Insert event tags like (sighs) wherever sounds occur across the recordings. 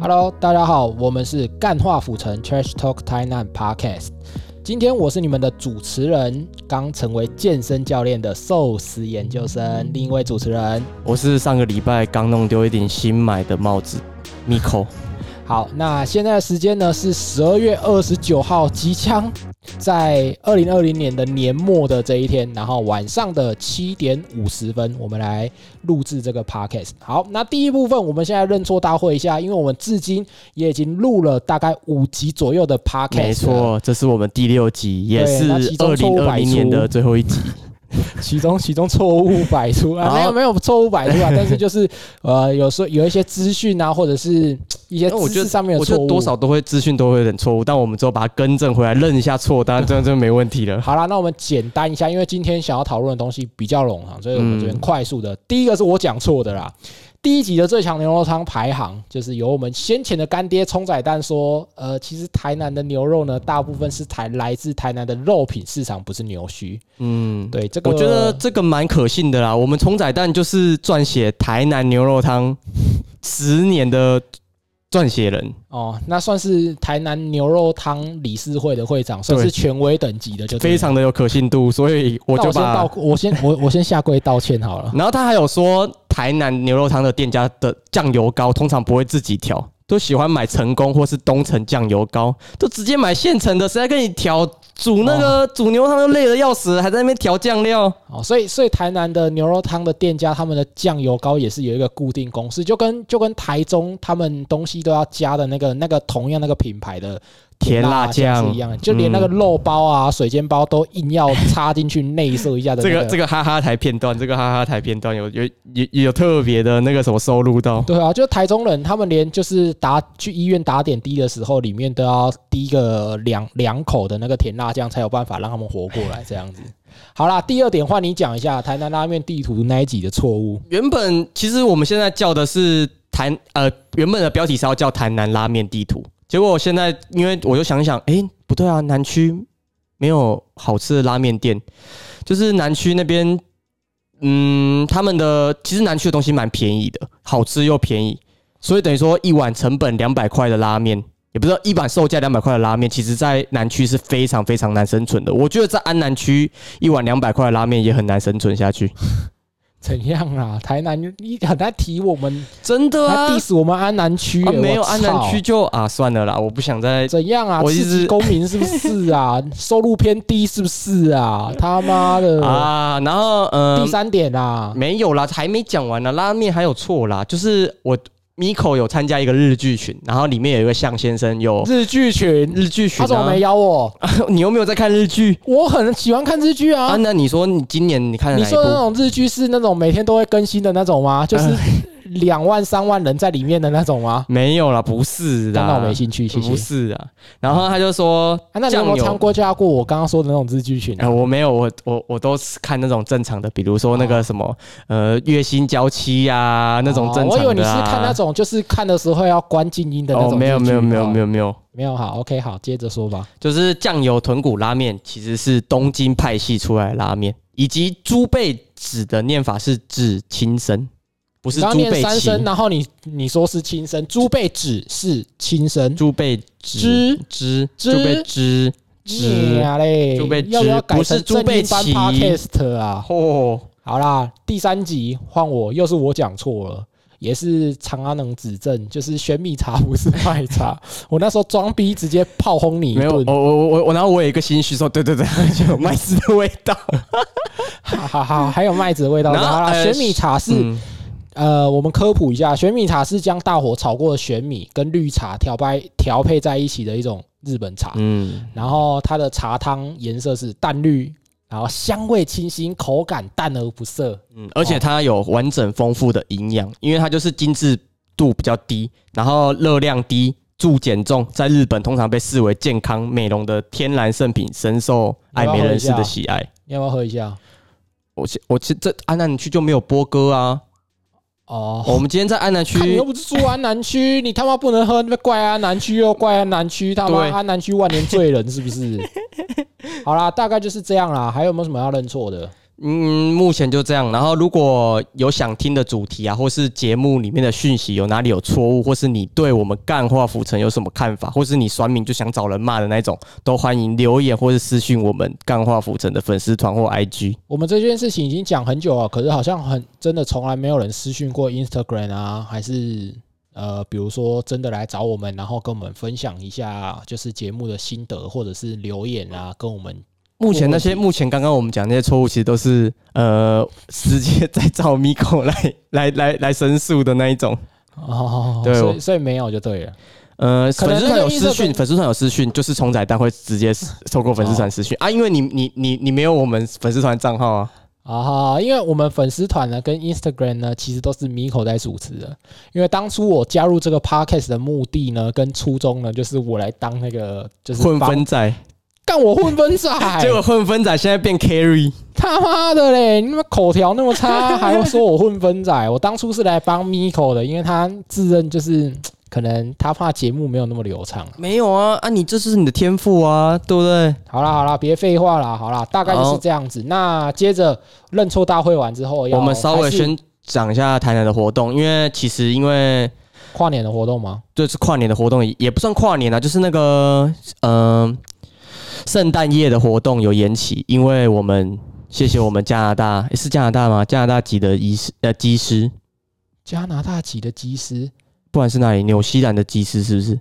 Hello，大家好，我们是干话府城 Trash Talk 台南 Podcast。今天我是你们的主持人，刚成为健身教练的寿司研究生，另一位主持人。我是上个礼拜刚弄丢一顶新买的帽子，Miko。好，那现在的时间呢是十二月二十九号，即将在二零二零年的年末的这一天，然后晚上的七点五十分，我们来录制这个 podcast。好，那第一部分我们现在认错大会一下，因为我们至今也已经录了大概五集左右的 podcast。没，错，这是我们第六集，也对是那其中二错误零二百零出年的最后一集。其中其中错误百出啊，好没有没有错误百出啊，但是就是呃，有时候有一些资讯啊，或者是一些那我知觉识得上面我的觉错得误，多少都会资讯都会有点错误，但我们之后把它更正回来，认一下错，当然这样就没问题 (laughs) 了。好啦，那我们简单一下，因为今天想要讨论的东西比较冗长，所以我们嗯这边快速的。第一个是我讲错的啦，第一集的最强牛肉汤排行，就是由我们先前的干爹冲仔蛋说，呃，其实台南的牛肉呢，大部分是台来自台南的肉品市场，不是牛墟。嗯，对，这个我觉得这个蛮可信的啦。我们冲仔蛋就是撰写台南牛肉汤十年的撰写人，哦，那算是台南牛肉汤理事会的会长，算是对权威等级的，就对了非。常的有可信度，所以我那就我先把嗯道，我先我 (laughs) 我先下跪道歉好了。然后他还有说，台南牛肉汤的店家的酱油膏通常不会自己调，都喜欢买成功或是东城酱油膏，都直接买现成的，谁还跟你调？煮那个、煮牛肉汤都累得要死，还在那边调酱料。哦，所以所以台南的牛肉汤的店家，他们的酱油膏也是有一个固定公式，就跟就跟台中他们东西都要加的那个那个同样那个品牌的甜辣酱嗯是一样的，就连那个肉包啊、水煎包都硬要插进去内射一下的、这那个这个哈哈台片段，这个哈哈台片段有有有有特别的那个什么收入到。对啊，就台中人，他们连就是打去医院打点滴的时候，里面都要滴个两两口的那个甜辣酱，才有办法让他们活过来这样子。好啦，第二点换你讲一下台南拉面地图那一集的错误。原本其实我们现在叫的是台呃，原本的标题是要叫台南拉面地图，结果我现在因为我就想一想，诶，不对啊，南区没有好吃的拉面店，就是南区那边，嗯，他们的其实南区的东西蛮便宜的，好吃又便宜，所以等于说一碗成本两百块的拉面。也不知道一碗售价两百块的拉面，其实在南区是非常非常难生存的。我觉得在安南区一碗两百块的拉面也很难生存下去，怎样啦？啊台南你很在提我们，真的他啊！ diss 我们安南区、啊，欸没有我操安南区就啊，算了啦，我不想再。怎样啊？我一自己直公民是不是 (laughs) 啊？收入偏低是不是啊？他妈的！啊，然后呃第，三点啊，没有啦，还没讲完呢。拉面还有错啦，就是我 Miko 有参加一个日剧群，然后里面有一个向先生有日剧群，日剧群他怎么啊没，邀我？你有没有在看日剧我很喜欢看日剧啊？啊。那你说你今年你看了你哪一说的那部？种日剧是那种每天都会更新的那种 (laughs) 吗？就是两万三万人在里面的那种吗？没有啦，不是那啦，我没兴趣，谢谢不。是啊。然后他就说啊，那你有没酱有油参过加过我刚刚说的那种日剧群啊呃，？我没有，我我我都是看那种正常的，比如说那个什么、呃月薪娇妻啊那种正哦常的、啊我以为你是看那种，就是看的时候要关静音的那种日哦，剧。没有没有没有哦没有没有，没有好，OK 好，接着说吧。就是酱油豚骨拉面其实是东京派系出来的拉面，以及猪背子的念法是指亲生，不是然猪后念背三声，亲。然后你你说是亲生，猪被指是亲生，猪背之子之之猪背之之呀啊嘞，猪被指要不要改不成是猪正被音班骑 podcast 啊？哦，好啦，第三集换我，又是我讲错了。也是长安能指正，就是选米茶不是卖茶。 (laughs) 我那时候装逼，直接炮轰你一没有，我顿，我我我，然后我有一个心虚说，对对 (laughs) 对，就有麦子的味道。哈哈哈！还有麦子的味道。然后好啦，呃选米茶是嗯，呃，我们科普一下，玄米茶是将大火炒过的玄米跟绿茶调白调配在一起的一种日本茶，嗯，然后它的茶汤颜色是淡绿，然后香味清新，口感淡而不涩。嗯，而哦且它有完整丰富的营养，因为它就是精致度比较低，然后热量低，助减重，在日本通常被视为健康美容的天然圣品，深受爱美人士的喜爱。你要不要喝一下？我其我其这安南区就没有波哥啊，哦，我们今天在安南看你区又，不是住安南区，你他妈不能喝，那怪安南区又怪安南区，他妈对安 (laughs) 南区万年罪人是不是？好啦，大概就是这样啦，还有没有什么要认错的？嗯，目前就这样。然后如果有想听的主题啊，或是节目里面的讯息有哪里有错误，或是你对我们干化浮城有什么看法，或是你酸民就想找人骂的那种，都欢迎留言或是私讯我们干化浮城的粉丝团或 IG。我们这件事情已经讲很久了，可是好像很真的从来没有人私讯过 Instagram 啊，还是呃，比如说真的来找我们，然后跟我们分享一下就是节目的心得，或者是留言啊，跟我们目前那些没问目前刚刚我们讲那些错误，其实都是呃直接在找 Miko 来 (laughs) 来来来申诉的那一种。哦，对所我以所以没有就对了。呃，可粉能丝团有那个私讯， Instagram- 粉丝团有私讯，就是虫仔蛋会直接透过粉丝团私讯、啊，因为你你你你没有我们粉丝团账号啊。啊哈，因为我们粉丝团呢跟 Instagram 呢，其实都是 Miko 在主持的。因为当初我加入这个 podcast 的目的呢，跟初衷呢，就是我来当那个就是混帮分仔，干我混分仔， (laughs) 结果混分仔现在变 carry，他妈的嘞！你们口条那么差，还会说我混分仔？我当初是来帮 Miko 的，因为他自认就是可能他怕节目没有那么流畅。没有啊啊，你这是你的天赋啊，对不对？好啦好啦，别废话啦，好啦，大概就是嗯好这样子。那接着认错大会完之后要，我们稍微还是先讲一下台南的活动，因为其实因为跨年的活动吗？这次跨年的活动也也不算跨年啊，就是那个嗯，圣诞夜的活动有延期，因为我们谢谢我们加拿大诶是加拿大吗？加拿大籍的医师呃技师，加拿大籍的机师不管是哪里，纽西兰的技师是不是？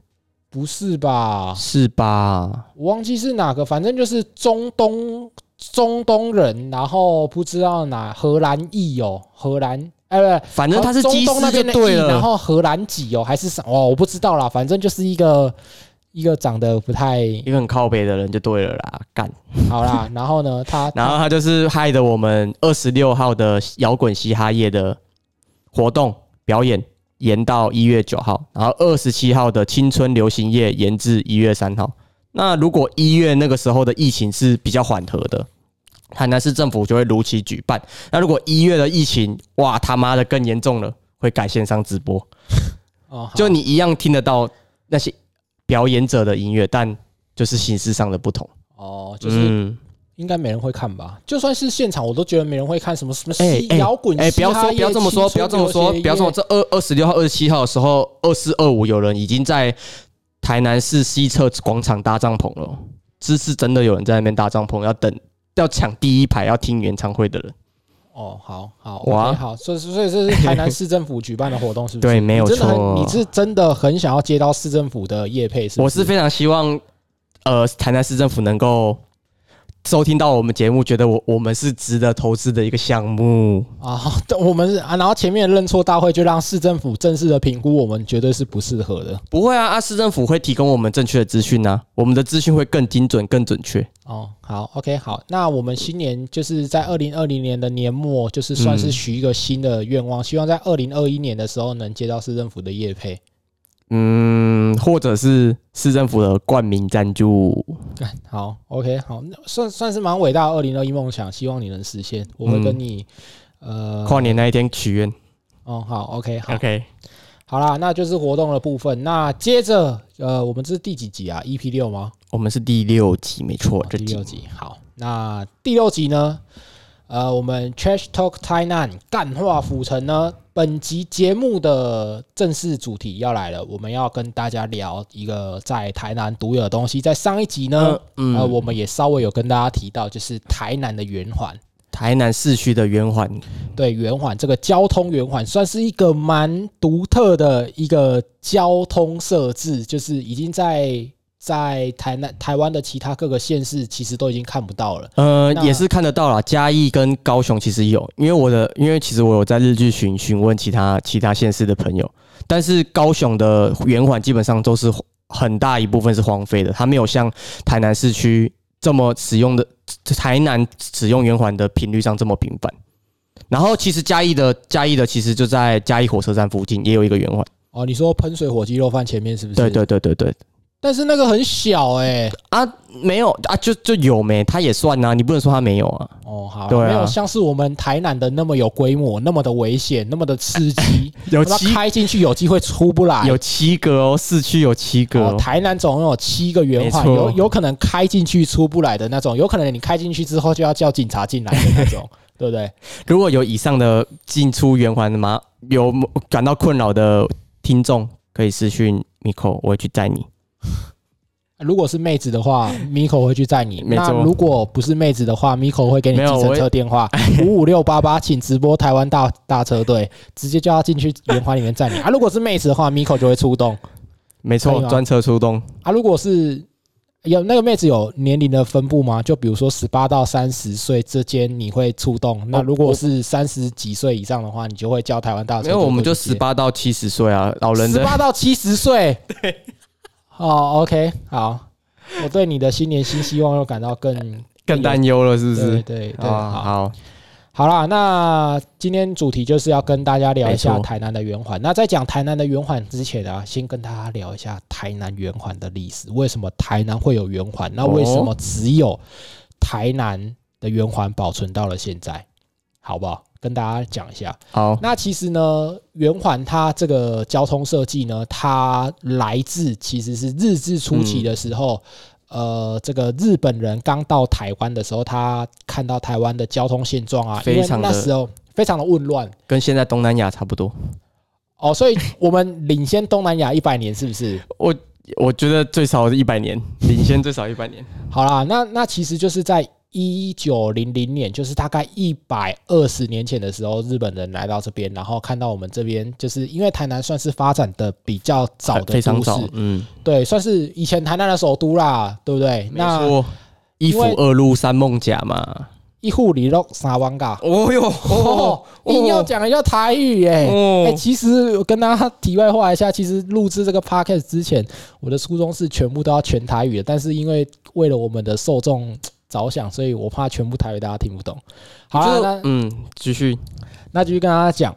不是吧？是吧？我忘记是哪个，反正就是中东中东人，然后不知道哪荷兰裔哦，荷兰哎不是。反正他是中技东那师就边的对裔然了。后荷兰籍哦，还是什么哦，我不知道啦，反正就是一个一个长得不太一个很靠北的人就对了啦，干。好 (laughs) 啦。然后呢，他然后他就是害得我们二十六号的摇滚嘻哈夜的活动表演延到一月九号，然后二十七号的青春流行夜延至一月三号。那如果一月那个时候的疫情是比较缓和的，海南市政府就会如期举办。那如果一月的疫情，哇他妈的更严重了，会改线上直播，哦，好就你一样听得到那些表演者的音乐，但就是形式上的不同。哦，就是嗯应该没人会看吧？就算是现场，我都觉得没人会看什么什么哎西哎摇滚，哎、不要说，不要这么说，不要这么说，不要这么说。这二二十六号、二十七号的时候，二四二五有人已经在台南市西侧广场搭帐篷了，这是真的有人在那边搭帐篷，要等要抢第一排要听演唱会的人。哦，好好哇哇，好，所以所以这是台南市政府举办的活动，是不是？ (laughs) 对没有你真的错很，你是真的很想要接到市政府的业配，是我不是是？非常希望，呃，台南市政府能够收听到我们节目，觉得我我们是值得投资的一个项目。啊， (laughs) 好对我们是啊，然后前面的认错大会就让市政府正式的评估我们绝对是不适合的。不会啊，啊，市政府会提供我们正确的资讯啊，我们的资讯会更精准、更准确。哦，好，OK，好，那我们新年就是在二零二零年的年末，就是算嗯是许一个新的愿望，希望在二零二一年的时候能接到市政府的业配。嗯，或者是市政府的冠名赞助。好，OK，好，那算算是蛮伟大的二零二一梦想，希望你能实现。我会嗯跟你，呃，跨年那一天许愿。哦，好，OK，好， OK，好啦，那就是活动的部分。那接着，呃，我们这是第几集啊？EP 六吗？我们是第六集，没错哦，这第六集集。好，那第六集呢？呃，我们 Trash Talk 台南干化浮城呢，本集节目的正式主题要来了，我们要跟大家聊一个在台南独有的东西。在上一集呢，嗯呃，我们也稍微有跟大家提到，就是台南的圆环。台南市区的圆环，对圆环这个交通圆环，算是一个蛮独特的一个交通设置，就是已经在在台南、台湾的其他各个县市其实都已经看不到了。呃，那也是看得到啦。嘉义跟高雄其实有，因为我的，因为其实我有在日剧询询问其他其他县市的朋友，但是高雄的圆环基本上都是很大一部分是荒废的，它没有像台南市区这么使用的，台南使用圆环的频率上这么频繁。然后其实嘉义的嘉义的其实就在嘉义火车站附近也有一个圆环，哦，你说喷水火鸡肉饭前面是不是？对。对对对对但是那个很小哎、啊，没有啊，就就有没，它也算啊，你不能说它没有啊，哦，好啦，对啊没有像是我们台南的那么有规模，那么的危险，那么的刺 (laughs) 激，有他妈开进去有机会出不来。有七个哦，市区有七个、哦哦，台南总共有七个圆环，没错 (laughs) 有有可能开进去出不来的那种，有可能你开进去之后就要叫警察进来的那种。对不对？如果有以上的进出圆环的吗？有感到困扰的听众，可以私讯 Miko，我会去载你。如果是妹子的话，Miko 会去载你。没那错如果不是妹子的话，Miko 会给你没有计程我车电 (laughs) 话五五六八八，请直播台湾大大车队，直接叫他进去圆环里面载你啊。如果是妹子的话，Miko 就会出动没可以错，吗专车出动。啊。如果是有那个妹子有年龄的分布吗？就比如说十八到三十岁之间，你会出动。哦那如果是三十几岁以上的话，你就会叫台湾大车没队。有，我们就十八到七十岁啊，老人十的八到七十岁。对，哦，OK，好，我对你的新年新希望又感到更更担忧了，是不对是？对对，啊，好，好，好啦，那今天主题就是要跟大家聊一下没错台南的圆环。那在讲台南的圆环之前啊，先跟大家聊一下台南圆环的历史。为什么台南会有圆环？那为什么只有台南的圆环保存到了现在？好不好？跟大家讲一下。好，那其实呢，圆环它这个交通设计呢，它来自其实是日治初期的时嗯候，呃，这个日本人刚到台湾的时候，他看到台湾的交通现状啊，因为非常地那时候非常的混乱跟现在东南亚差不多。哦，所以我们领先东南亚一百年，是不 (laughs) 是？我我觉得最少一 (laughs) 百年，领先最少一百年。好啦，那那其实就是在一九零零年，就是大概一百二十年前的时候，日本人来到这边，然后看到我们这边，就是因为台南算是发展的比较早的非常都市早，嗯，对，算是以前台南的首都啦，对不对？没那错，一府二路三梦甲嘛。一户里弄三万嘎。哦哟， (laughs) 哦哦，，硬要讲一下台语耶、哎、哦，其实我跟大家题外话一下，其实录制这个 podcast 之前，我的初衷是全部都要全台语的，但是因为为了我们的受众着想，所以我怕全部台语大家听不懂。好就了，是啊那嗯，继续，那继续跟大家讲。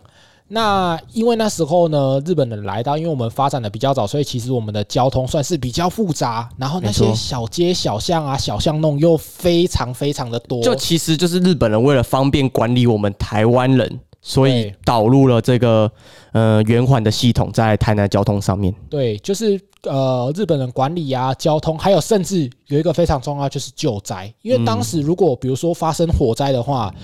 那因为那时候呢，日本人来到，因为我们发展的比较早，所以其实我们的交通算是比较复杂。然后那没些错小街小巷啊、小巷弄又非常非常的多，就其实就是日本人为了方便管理我们台湾人，所以对导入了这个呃圆环的系统在台南交通上面。对，就是呃，日本人管理啊、交通，还有甚至有一个非常重要就是救灾，因为当时嗯如果比如说发生火灾的话。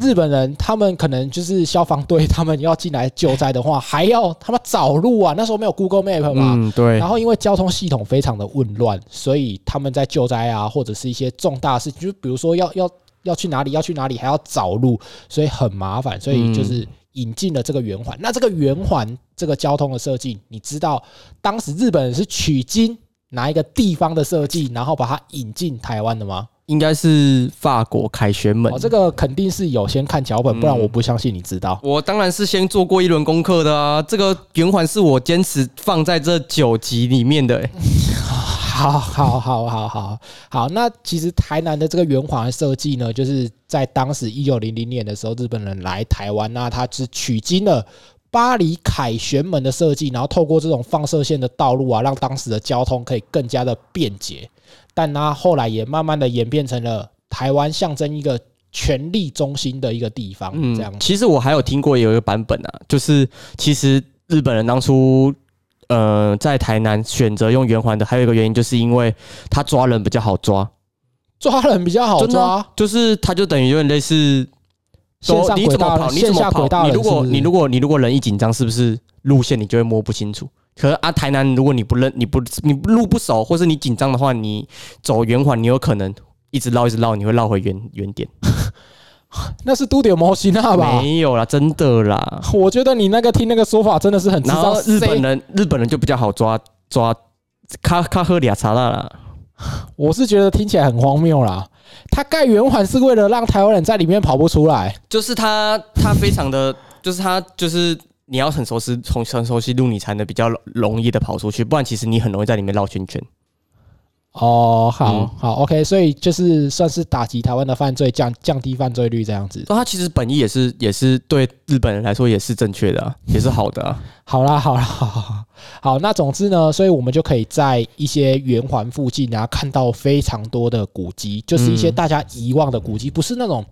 日本人他们可能就是消防队，他们要进来救灾的话，还要他们找路啊。那时候没有 Google Map 嘛，嗯，对然，后因为交通系统非常的混乱，所以他们在救灾啊，或者是一些重大事情，就是比如说要要要去哪里，要去哪里，还要找路，所以很麻烦。所以就是引进了这个圆环。那这个圆环这个交通的设计，你知道当时日本人是取经哪一个地方的设计，然后把它引进台湾的吗？应该是法国凯旋门哦，。这个肯定是有先看脚本，不然我不相信你知道。我当然是先做过一轮功课的啊，这个圆环是我坚持放在这九集里面的、欸。好好好好好好，那其实台南的这个圆环设计呢，就是在当时一九零零年的时候，日本人来台湾，那他是取经了巴黎凯旋门的设计，然后透过这种放射线的道路啊，让当时的交通可以更加的便捷。但它后来也慢慢的演变成了台湾象征一个权力中心的一个地方，这样其实我还有听过有一个版本啊，就是其实日本人当初呃在台南选择用圆环的，还有一个原因就是因为他抓人比较好抓，抓人比较好真的抓啊。就是他就等于有点类似线上你轨怎么道，跑，你线怎么下轨跑，道你人如是不果是你如果你如果人一紧张，是不是路线你就会摸不清楚？可是啊，台南如果你不认你不你路不熟，或是你紧张的话，你走圆环，你有可能一直绕一直绕，你会绕回原原点。那是都点模型啊吧？没有啦，真的啦。 (laughs) 我觉得你那个听那个说法真的是很知然道后日本谁，人日本人就比较好抓抓，卡卡赫里亚查拉啦。我是觉得听起来很荒谬啦。他盖圆环是为了让台湾人在里面跑不出来，就是他他非常的，就是他就是你要很熟悉，从很熟悉路，你才能比较容易的跑出去，不然其实你很容易在里面绕圈圈。哦，好、嗯好，OK，所以就是算是打击台湾的犯罪，降降低犯罪率这样子。所以他其实本意也是也是对日本人来说也是正确的啊、也是好的、啊。好啦，好啦， (laughs) 好好好好，那总之呢，所以我们就可以在一些圆环附近啊，看到非常多的古迹，就是一些嗯大家遗忘的古迹，不是那种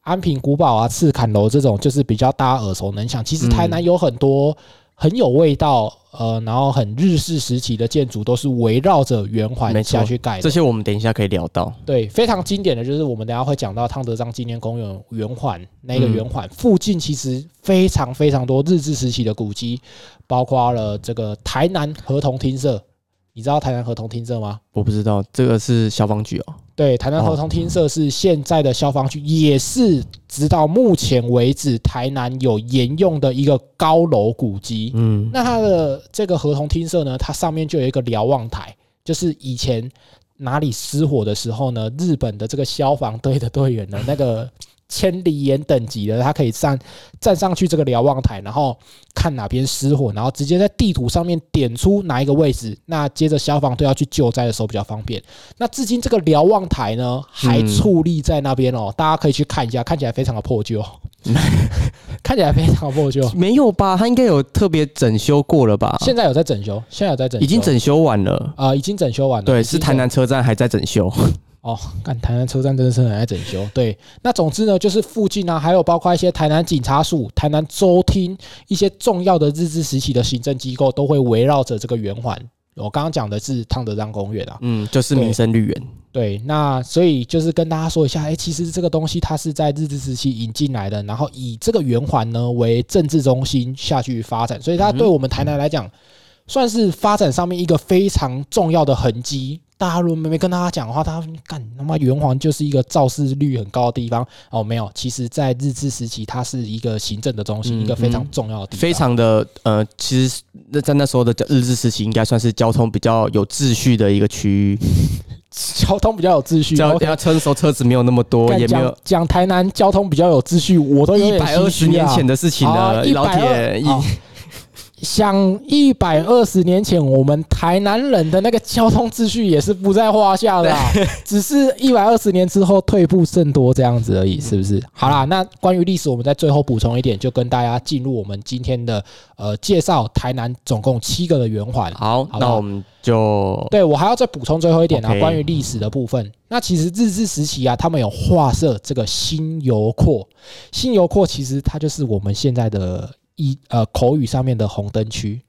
安平古堡啊、赤坎楼这种，就是比较大家耳熟能详。其实台南有很多。很有味道，呃，然后很日式时期的建筑都是围绕着圆环没错下去盖这的。些我们等一下可以聊到。对，非常经典的就是我们等一下会讲到汤德章纪念公园圆环那个嗯圆环、附近，其实非常非常多日治时期的古迹，包括了这个台南合同厅舍。你知道台南合同厅舍吗？我不知道这个是消防局哦，对，台南合同厅舍是现在的消防局，也是直到目前为止台南有沿用的一个高楼古迹。嗯，那它的这个合同厅舍呢，它上面就有一个瞭望台，就是以前哪里失火的时候呢，日本的这个消防队的队员呢，那个千里眼等级的，他可以站站上去这个瞭望台，然后看哪边失火，然后直接在地图上面点出哪一个位置，那接着消防队要去救灾的时候比较方便。那至今这个瞭望台呢，还嗯矗立在那边哦，大家可以去看一下，看起来非常的破旧，看起来非常的破旧。没有吧？他应该有特别整修过了吧？现在有在整修，现在有在整修，啊已经整修完了。啊、已经整修完了。对，已经是台南车站还在整修。哦，干台南车站真的是很爱整修。对，那总之呢，就是附近啊，还有包括一些台南警察署、台南州厅一些重要的日治时期的行政机构，都会围绕着这个圆环。我刚刚讲的是汤德章公园啊，嗯， (laughs) 就是民生绿园。对，那所以就是跟大家说一下，哎、其实这个东西它是在日治时期引进来的，然后以这个圆环呢为政治中心下去发展，所以它嗯对我们台南来讲，算是发展上面一个非常重要的痕迹。大家如果没跟大家讲的话，大家干他妈圆环就是一个肇事率很高的地方哦，没有，其实在日治时期，它是一个行政的中心，嗯一个非常嗯重要的地方，非常的呃，其实那在那时候的呃日治时期，应该算是交通比较有秩序的一个区域，交通比较有秩序。交 OK，要车时候车子没有那么多，干也没讲有讲台南交通比较有秩序，我都有一点百二十心虚年啊前的事情好了。 120老铁，一好想一百二十年前，我们台南人的那个交通秩序也是不在话下的、啊， (laughs) 只是一百二十年之后退步甚多这样子而已，是不 (laughs) 是？好啦，那关于历史，我们在最后补充一点，就跟大家进入我们今天的呃介绍台南总共七个的圆环。好好，吧那我们就对我还要再补充最后一点啊， OK 关于历史的部分。那其实日治时期啊，他们有划设这个新油廓，新油廓其实它就是我们现在的一呃口语上面的红灯区。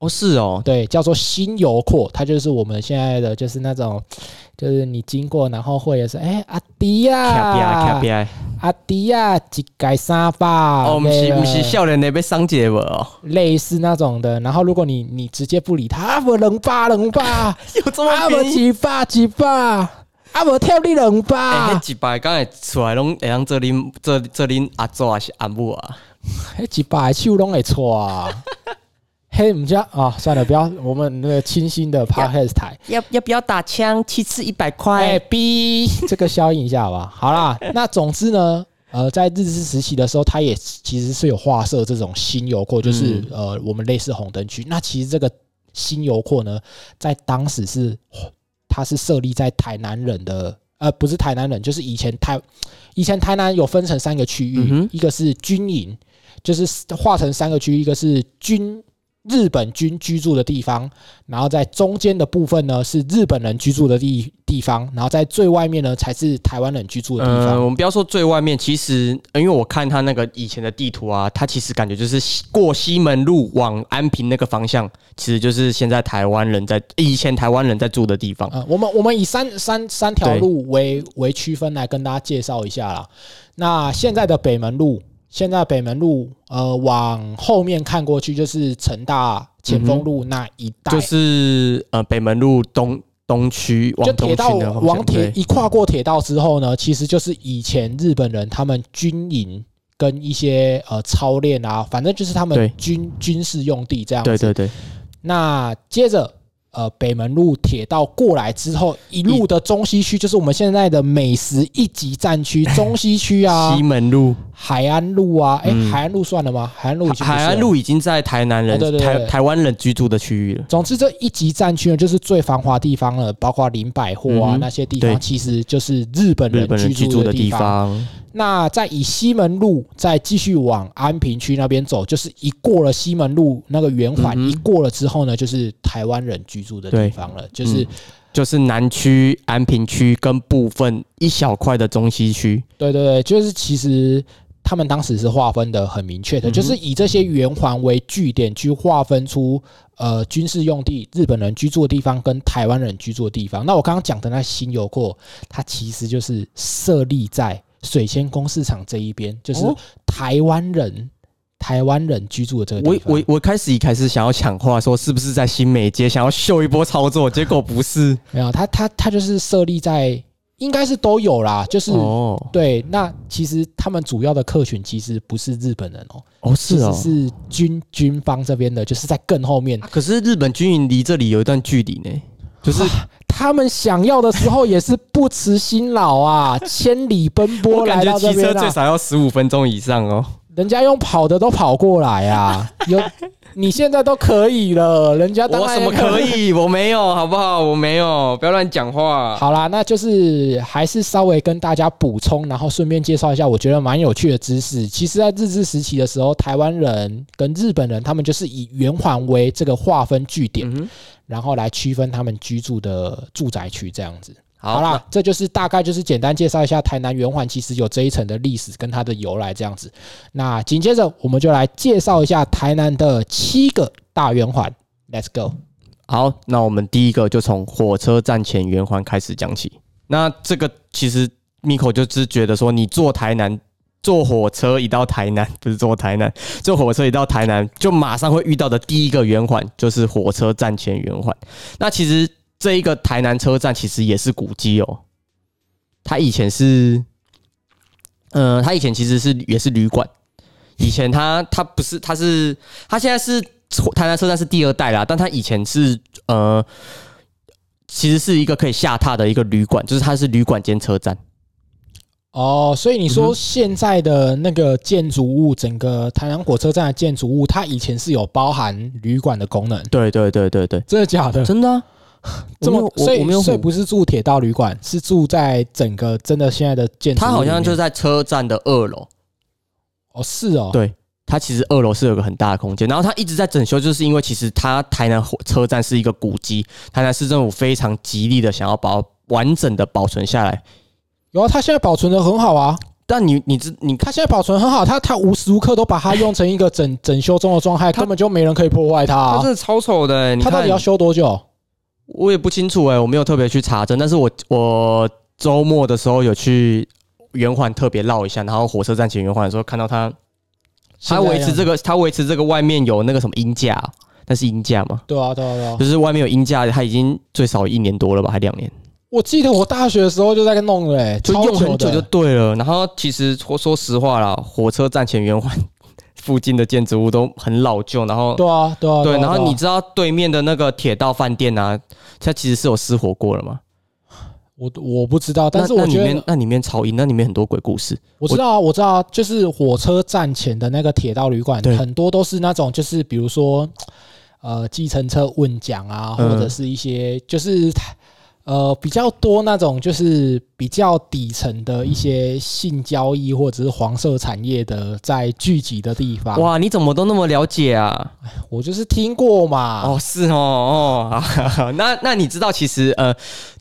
哦是哦，对，叫做新油廓，它就是我们现在的，就是那种，就是你经过，然后会有说，哎、阿迪呀、卡比埃卡比埃，阿迪啊呀、几改沙吧，哦，不那是个不是，笑脸那被伤解我哦，类似那种的。然后如果你你直接不理他，啊不冷吧冷 (laughs) 吧， (laughs) 有这啊么不便宜？几吧几吧，啊不跳你冷哎，吧那，几百刚才出来拢会哎让这恁这这恁阿祖还是阿母啊？哎几把手拢会错啊。 (laughs) 嘿，我们家啊，算了，不要，我们那个清新 (laughs) 的 podcast 台。要要不要打枪？七次一百哎块。逼，这个消音一下好吧。好 (laughs) 啦，那总之呢，呃，在日治时期的时候，它也其实是有划设这种新油廓，就是、嗯呃，我们类似红灯区。那其实这个新油廓呢，在当时是它是设立在台南人的。呃，不是台南人，就是以前台，以前台南有分成三个区域，嗯哼一个是军营，就是划成三个区，一个是军日本军居住的地方，然后在中间的部分呢是日本人居住的地地方，然后在最外面呢才是台湾人居住的地嗯，方。我们不要说最外面，其实呃因为我看他那个以前的地图啊，他其实感觉就是西过西门路往安平那个方向，其实就是现在台湾人在以前台湾人在住的地方。呃，我们我们以三三三条对路为为区分来跟大家介绍一下啦。那现在的北门路，现在北门路，呃，往后面看过去就是成大前锋路那一带，嗯就是呃北门路东东区欸就往东铁区道的方往向，铁对，一跨过铁道之后呢，其实就是以前日本人他们军营跟一些呃操练啊，反正就是他们对军军事用地这样子。对对对，那接着呃北门路铁道过来之后，一路的中西区就是我们现在的美食一级战区，中西区啊西，门路海岸路啊，哎、嗯海岸路算了吗？海岸路已经不是了海岸。路已经在台南人、哦对对对台台湾人居住的区域了。总之，这一级战区呢，就是最繁华地方了，包括林百货啊、嗯哼那些地方，对其实就是日本日人本人居居住住的的地地方。方，那再以西门路再继续往安平区那边走，就是一过了西门路那个圆环，嗯哼一过了之后呢，就是台湾人居住的地对方了，就是、嗯就是南区、安平区跟部分一小块的中西区。对对对，就是其实。他们当时是划分的很明确的，嗯哼就是以这些圆环为据点去划分出呃军事用地、日本人居住的地方跟台湾人居住的地方。那我刚刚讲的那新油库，它其实就是设立在水仙宫市场这一边，就是哦台湾人、台湾人居住的这个我地方。我我开始一开始想要抢话，说是不是在新美街想要秀一波操作，结果不是。没有，它它它就是设立在应该是都有啦，就是、哦对。那其实他们主要的客群其实不是日本人哦，哦是哦，啊其实是军军方这边的，就是在更后面，可是日本军营离这里有一段距离呢，就是他们想要的时候也是不辞辛劳 (laughs) 啊，千里奔我波感来觉到这骑车边最啊，少要十五分钟以上哦。人家用跑的都跑过来啊，有你现在都可以了，人家当我然什也啊么可。以？我没有，好不好？我没有，不要乱讲话。好啦，那就是还是稍微跟大家补充，然后顺便介绍一下，我觉得蛮有趣的知识。其实，在日治时期的时候，台湾人跟日本人他们就是以圆环为这个划分据点，嗯哼，然后来区分他们居住的住宅区这样子。好好啦，这就是大概就是简单介绍一下台南圆环其实有这一层的历史跟它的由来这样子。那紧接着我们就来介绍一下台南的七个大圆环。Let's go。好，那我们第一个就从火车站前圆环开始讲起。那这个其实 Miko 就只觉得说，你坐台南，坐火车一到台南，不是坐台南，坐火车一到台南，就马上会遇到的第一个圆环就是火车站前圆环。那其实这一个台南车站其实也是古迹哦，它以前是，呃，它以前其实是也是旅馆。以前它它不是，它是它现在是台南车站是第二代啦，但它以前是呃，其实是一个可以下榻的一个旅馆，就是它是旅馆兼车站。哦，所以你嗯说哼现在的那个建筑物，整个台南火车站的建筑物，它以前是有包含旅馆的功能，对对对对对，真的假的？真的、 (sighs) 啊，这么我所没有我我以没有所以唬，不是住铁道旅馆，是住在整个真的现在的建筑物里面。它好像就是在车站的二楼，哦，是哦，对它其实二楼是有个很大的空间，然后它一直在整修，就是因为其实它台南火车站是一个古迹，台南市政府非常极力的想要把它完整的保存下来。然后啊它现在保存的很好啊，但你你知你看。它现在保存很好，它它无时无刻都把它用成一个整 (laughs) 整修中的状态，它根本就没人可以破坏它它啊、真的超丑的、欸，你它看到底要修多久？我也不清楚哎、我没有特别去查证，但是我我周末的时候有去圆环特别绕一下，然后火车站前圆环的时候看到它，它维持这个个，它维持这个外面有那个什么鹰架，那是鹰架吗？对啊对啊对啊就！是外面有鹰架，它已经最少一年多了吧，还两年，我记得我大学的时候就在弄了、欸，就超用很久久的就对了。然后其实说说实话啦，火车站前圆环附近的建筑物都很老旧，然后对啊对啊对，啊然后啊你知道对面的那个铁道饭店啊，它其实是有失火过了吗？我我不知道，但是那我觉那里面得那里面超阴，那里面很多鬼故事。我知道啊，我知道啊，就是火车站前的那个铁道旅馆，对很多都是那种就是比如说呃计程车问奖啊，或嗯者是一些就是。呃，比较多那种就是比较底层的一些性交易或者是黄色产业的在聚集的地方，哇，你怎么都那么了解啊？我就是听过嘛。哦，是哦，哦，好好那那你知道其实呃，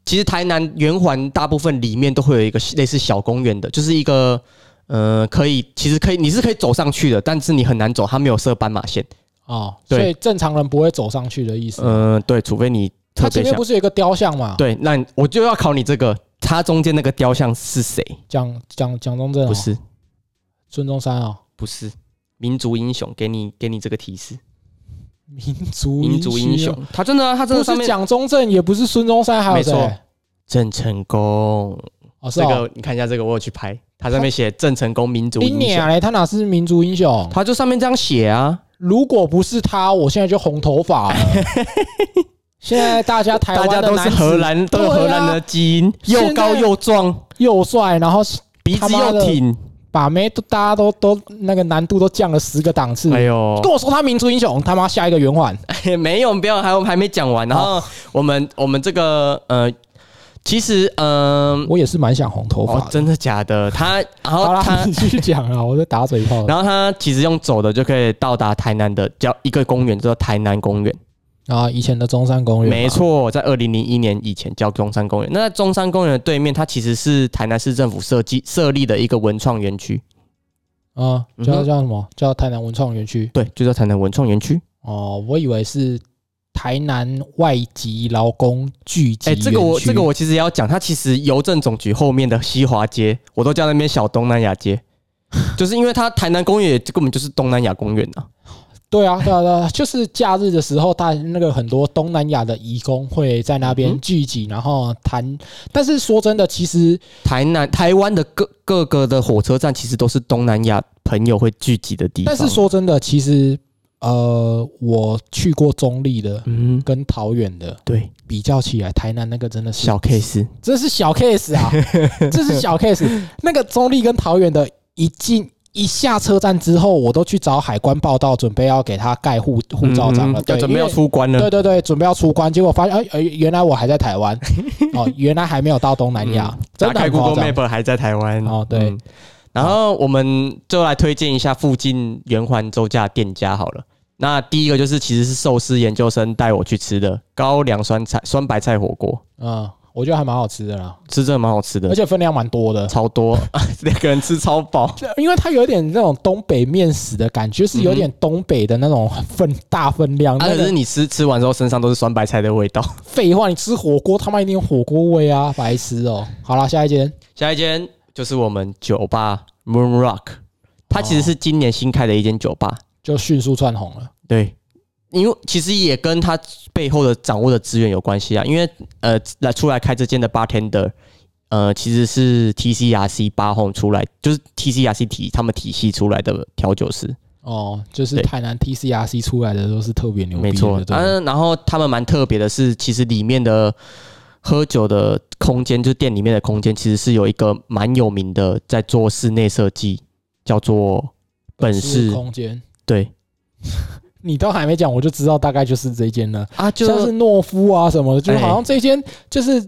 其实台南圆环大部分里面都会有一个类似小公园的，就是一个呃，可以其实可以你是可以走上去的，但是你很难走，它没有设斑马线。哦，对所以正常人不会走上去的意思。嗯、对，除非你特它前别面想不。是有一个雕像嘛？对，那你我就要考你这个，它中间那个雕像是谁？蒋蒋蒋中正、哦、不是，孙中山哦，不是。民族英雄，给你给你这个提示，民族民族英哦雄，他真的、啊，他真不的上是面蒋中正，也不是孙中山，还有没谁错？郑成功，哦，是这哦，个你看一下，这个我有去拍，它上面写郑成功民族林英雄，鸟嘞，啊他哪是民族英雄？它就上面这样写啊，如果不是他，我现在就红头发 (laughs) 了。现在大家台大湾家的都男是子荷兰，都有荷兰对的基因，现在又高又壮，又帅，然后鼻他子妈的又挺，把妹都大家都都那个难度都降了十个档次。哎呦，嗯跟我说他民族英雄，他妈下一个圆环。 (laughs) 没有，不要，还我们还没讲完，然后我们我们这个呃，其实嗯，我也是蛮想红头发哦，的。真的假的？他，然好后他 (laughs) 啦，。你继续讲啊，我在打嘴炮。然后他其实用走的就可以到达台南的叫一个公园，叫做台南公园。啊，以前的中山公园嘛，没错，在二零零一年以前叫中山公园。那在中山公园的对面，它其实是台南市政府设计设立的一个文创园区。啊、嗯哼叫叫什么？叫台南文创园区。对，就叫台南文创园区。哦，我以为是台南外籍劳工聚集哎、园区。这个我这个我其实也要讲，它其实邮政总局后面的西华街，我都叫那边小东南亚街， (laughs) 就是因为它台南公园也根本就是东南亚公园啊。对啊，对啊，对啊，就是假日的时候，大那个很多东南亚的移工会在那嗯边哼聚集，然后谈。但是说真的，其实台南台湾的各各个的火车站其实都是东南亚朋友会聚集的地但方。是，说真的，其实呃，我去过中立的嗯，跟桃园的对，比较起来，台南那个真的是小 case，这是小 case (laughs) 啊，这是小 case。那个中立跟桃园的，一进一下车站之后，我都去找海关报道，准备要给他盖护护照章了，嗯要对，准备因要为出关了对。对对，准备要出关，结果发现，哎、哎，原来我还在台 (laughs) 湾，哦，原来还没有到东南亚，真嗯打的开很夸 Google 张。 Map 还在台湾哦对嗯然后我们就来推荐一下附近圆环周家店家好了。那第一个就是其实是寿司研究生带我去吃的高粱酸菜酸白菜火锅，嗯，我觉得还蛮好吃的啦，吃真的蛮好吃而的，且分量蛮多的，超多， (laughs) 两个人吃超饱。因为它有点那种东北面食的感觉，就是有点东北的那种分大分量。啊，那可个是你吃吃完之后身上都是酸白菜的味道。废话，你吃火锅他妈一定有火锅味啊，白痴哦、好啦，下一间。下一间就是我们酒吧 Moon Rock，它哦其实是今年新开的一间酒吧，就迅速窜红了。对，因为其实也跟他背后的掌握的资源有关系啊。因为呃，来出来开这间的 bartender，呃，其实是 TCRC 八 home 出来，就是 TCRC 体他们体系出来的调酒师，哦，就是对台南 TCRC 出来的都是特别牛逼的，没错。对、嗯、然后他们蛮特别的是，其实里面的喝酒的空间，就是店里面的空间，其实是有一个蛮有名的在做室内设计，叫做本市空间，对你都还没讲，我就知道大概就是这一间了，啊，像是懦夫啊什么的，就是哎好像这间就是。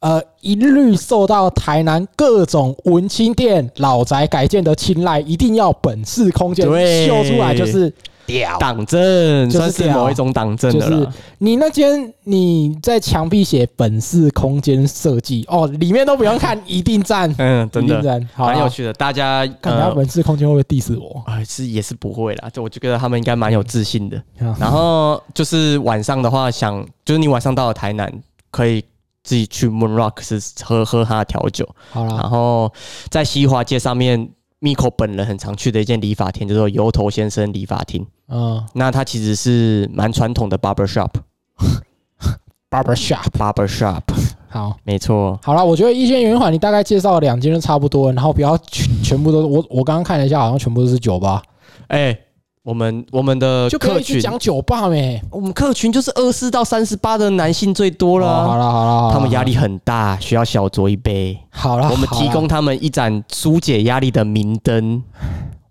呃，一律受到台南各种文青店、老宅改建的青睐，一定要本市空间对秀出来，就是屌。党政，就是算是屌某一种党政的就了是。你那间你在墙壁写本市空间设计哦，里面都不用看，一定赞，嗯，一 (laughs) 真定的赞。好啦，蛮有趣的。大家看人家呃本市空间会不会 diss 我？啊是也是不会啦，这我就觉得他们应该蛮有自信的。嗯然后就是晚上的话，想就是你晚上到了台南，可以自己去 Moon Rock 是喝喝他的调酒。好啦，然后在西华街上面，Miko 本人很常去的一间理发厅叫做油头先生理发厅。嗯那它其实是蛮传统的 barber shop，barber ，barber shop， shop，好。没错。好啦，我觉得一线圆环你大概介绍了两间就差不多，然后不要全全部都我我刚刚看了一下，好像全部都是酒吧，哎、我们我们的就不要呃客一直群，讲酒吧没。我们客群就是二四到三十八的男性最多好了哦啊、啊好啦好啦，好啦他们压力很大，需要小酌一杯。好啦，我们好啦提供，他们一盏疏解压力的明灯，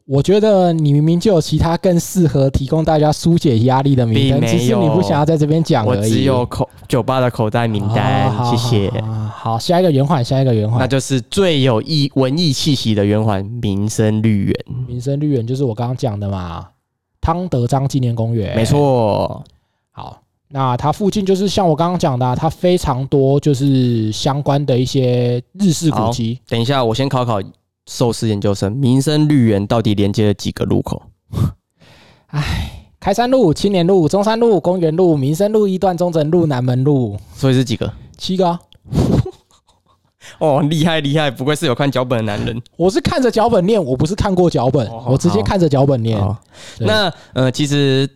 我觉得你明明就有其他更适合提供大家疏解压力的名并单，没有只是你不想要在这边讲我而已。只有口酒吧的口袋名单哦好，好谢谢。好好好，下一个圆环，下一个圆那环，就是最有艺文艺气息的圆环民生绿园，民生绿园就是我刚刚讲的嘛，汤德章纪念公园，没错。好，那它附近就是像我刚刚讲的、啊，它非常多就是相关的一些日式古迹。等一下，我先考考寿司研究生，民生绿园到底连接了几个路口？开山路、青年路、中山路、公园路、民生路一段、中正路、南门路，所以是几个？七个、啊。哦，厉害厉害，不愧是有看脚本的男人。我是看着脚本念，我不是看过脚本，哦我直接看着脚本念。好，对哦那呃，其实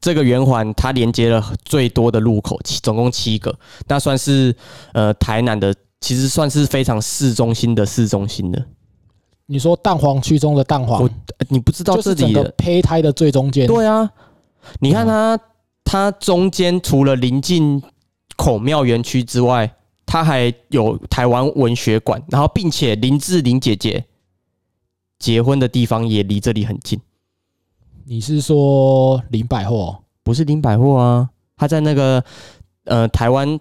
这个圆环它连接了最多的路口，七总共七个，那算是呃台南的，其实算是非常市中心的市中心的。你说蛋黄区中的蛋黄我，呃你不知道就这是整里个哦的，胚胎的最中间。对啊，你看它、它中间除了临近孔庙园区之外，它还有台湾文学馆，然后并且林志玲姐姐结婚的地方也离这里很近。你是说林百货？不是林百货啊，他在那个呃台湾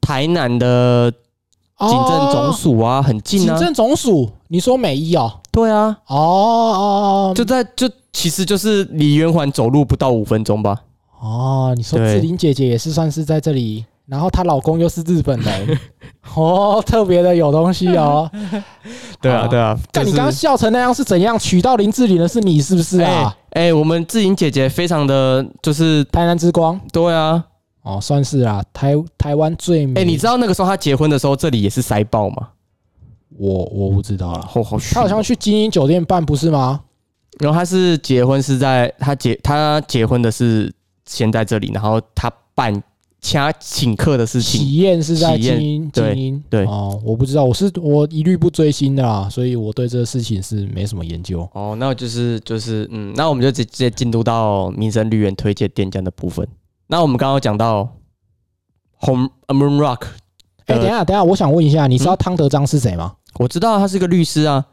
台南的警政总哦、署啊，很近警啊，政总署，你说美一哦？对啊，哦哦，就在就其实就是离圆环走路不到五分钟吧，哦，你说对志玲姐姐也是算是在这里然后她老公又是日本 (laughs) 人，哦，特别的有东西哦。对啊，对啊。但哦你就是刚刚笑成那样是怎样？娶到林志玲的是你是不是啊？哎、哎我们志颖姐姐非常的就是台南之光对啊，哦，算是啦、台台湾最美。哎、你知道那个时候她结婚的时候，这里也是塞爆吗？我我不知道 (laughs) 了。好好他好像去精英酒店办不是吗？然后她是结婚是在她结她结婚的是先在这里，然后她办掐请客的事情，喜宴是在喜宴精英对精英对哦，我不知道，我是我一律不追星的啦，所以我对这个事情是没什么研究。哦，那就是就是嗯，那我们就直接进入到民生绿园推荐店家的部分。那我们刚刚有讲到 Home Moon Rock，哎、呃等一下等一下，我想问一下，你知道汤德章是谁吗？我知道他是个律师啊，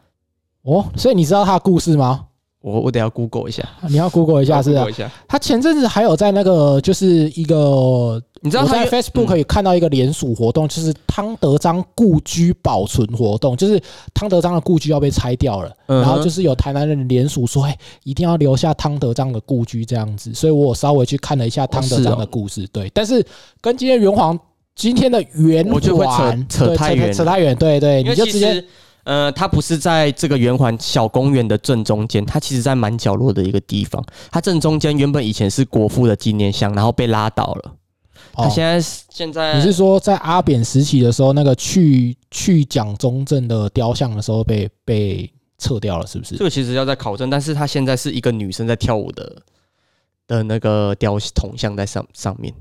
哦，所以你知道他的故事吗？我我得要 Google 一下，你要 Google 一下是我啊 Google，一下。他前阵子还有在那个就是一个，我你知道他在嗯有 Facebook 有看到一个联署活动，就是汤德章故居保存活动，就是汤德章的故居要被拆掉了，嗯然后哼就是有台南人联署说，哎，一定要留下汤德章的故居这样子，所以我有稍微去看了一下汤德章的故哦事，对，但是跟今天元皇今天的圆环我觉得会扯扯对太远了扯太远，对对，因你为就其直接实，呃，它不是在这个圆环小公园的正中间，它其实在蛮角落的一个地方。它正中间原本以前是国父的纪念像，然后被拉倒了。它哦现在是现在你是说在阿扁时期的时候，那个去去蒋中正的雕像的时候被被撤掉了，是不是这？个其实要在考证，但是它现在是一个女生在跳舞的的那个雕铜像在上上面，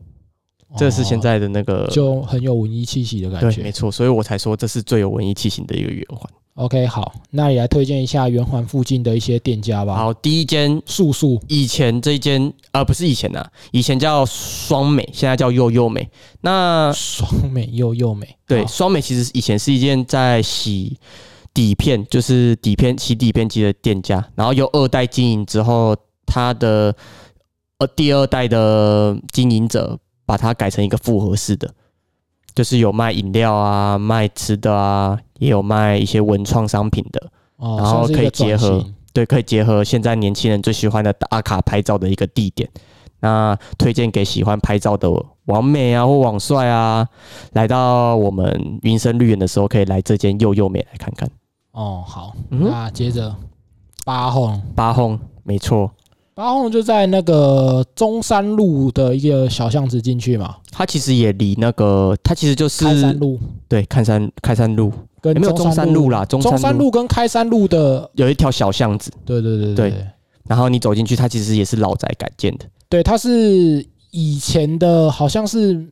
这是现、在的那个哦、就很有文艺气息的感呃对，觉。没错，所以我才说这是最有文艺气息的一个圆环。 OK，好，那你来推荐一下圆环附近的一些店家吧。，好，第一间素素 (laughs) 以前这间啊、呃不是以前呐、以前叫双美，现在叫幼幼美。那双美又又美，对好双美其实以前是一间在洗底片，就是底片洗底片机的店家，然后由二代经营之后，它的呃第二代的经营者把它改成一个复合式的，就是有卖饮料啊、卖吃的啊，也有卖一些文创商品的。哦，然算后是一可以个转结合型对，可以结合现在年轻人最喜欢的打卡拍照的一个地点。那推荐给喜欢拍照的网美啊或网帅啊，来到我们云深绿园的时候，可以来这间幼幼美来看看。哦。好，嗯哼那接着八红，八红，没错，八红就在那个中山路的一个小巷子进去嘛，它其实也离那个，它其实就是开山路对看山看山路，跟有没有中山路啦？中中山路路跟开山路的，有一条小巷子，对对对对对。然后你走进去，它其实也是老宅改建的。对，它是以前的，好像是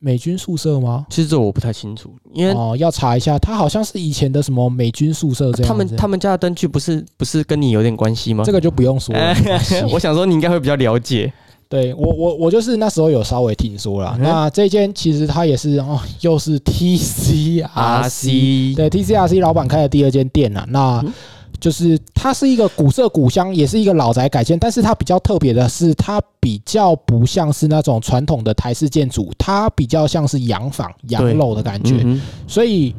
美军宿舍吗？其实这我不太清楚，因为哦，要查一下，它好像是以前的什么美军宿舍这样子。他们他们家的灯具不是不是跟你有点关系吗？这个就不用说了。没关系哎 (laughs) 我想说你应该会比较了解。对我我我就是那时候有稍微听说啦。嗯哼那这间其实它也是哦，又是啊 TCRC， RC 对 TCRC 老板开的第二间店啦。那嗯就是它是一个古色古香，也是一个老宅改建，但是它比较特别的是，它比较不像是那种传统的台式建筑，它比较像是洋房、洋对楼的感觉。嗯哼所以，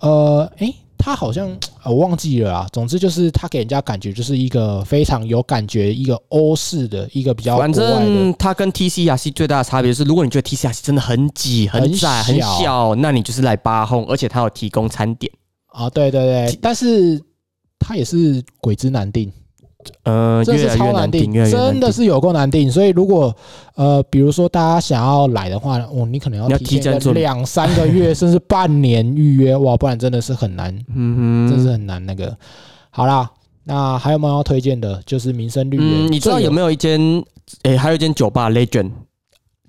呃，诶、他好像呃我忘记了啊。总之就是他给人家感觉就是一个非常有感觉，一个欧式的一个比较国反外的。正它跟 TCRC 最大的差别是，如果你觉得 TCRC 真的很挤、很很窄、小很小，那你就是来八轰，而且它有提供餐点。啊，对对对，但是他也是鬼之难定，呃，这越是来越超难定，订，越来越难真的订是有够难定。所以如果呃，比如说大家想要来的话，哦，你可能要你要提提前前个准备两三个 (laughs) 月，甚至半年预约，哇，不然真的是很难嗯真是哼。很难那个。好啦，那还有没有要推荐的？就是民生绿园，嗯，你知道有没有一间？诶、还有一间酒吧 Legend，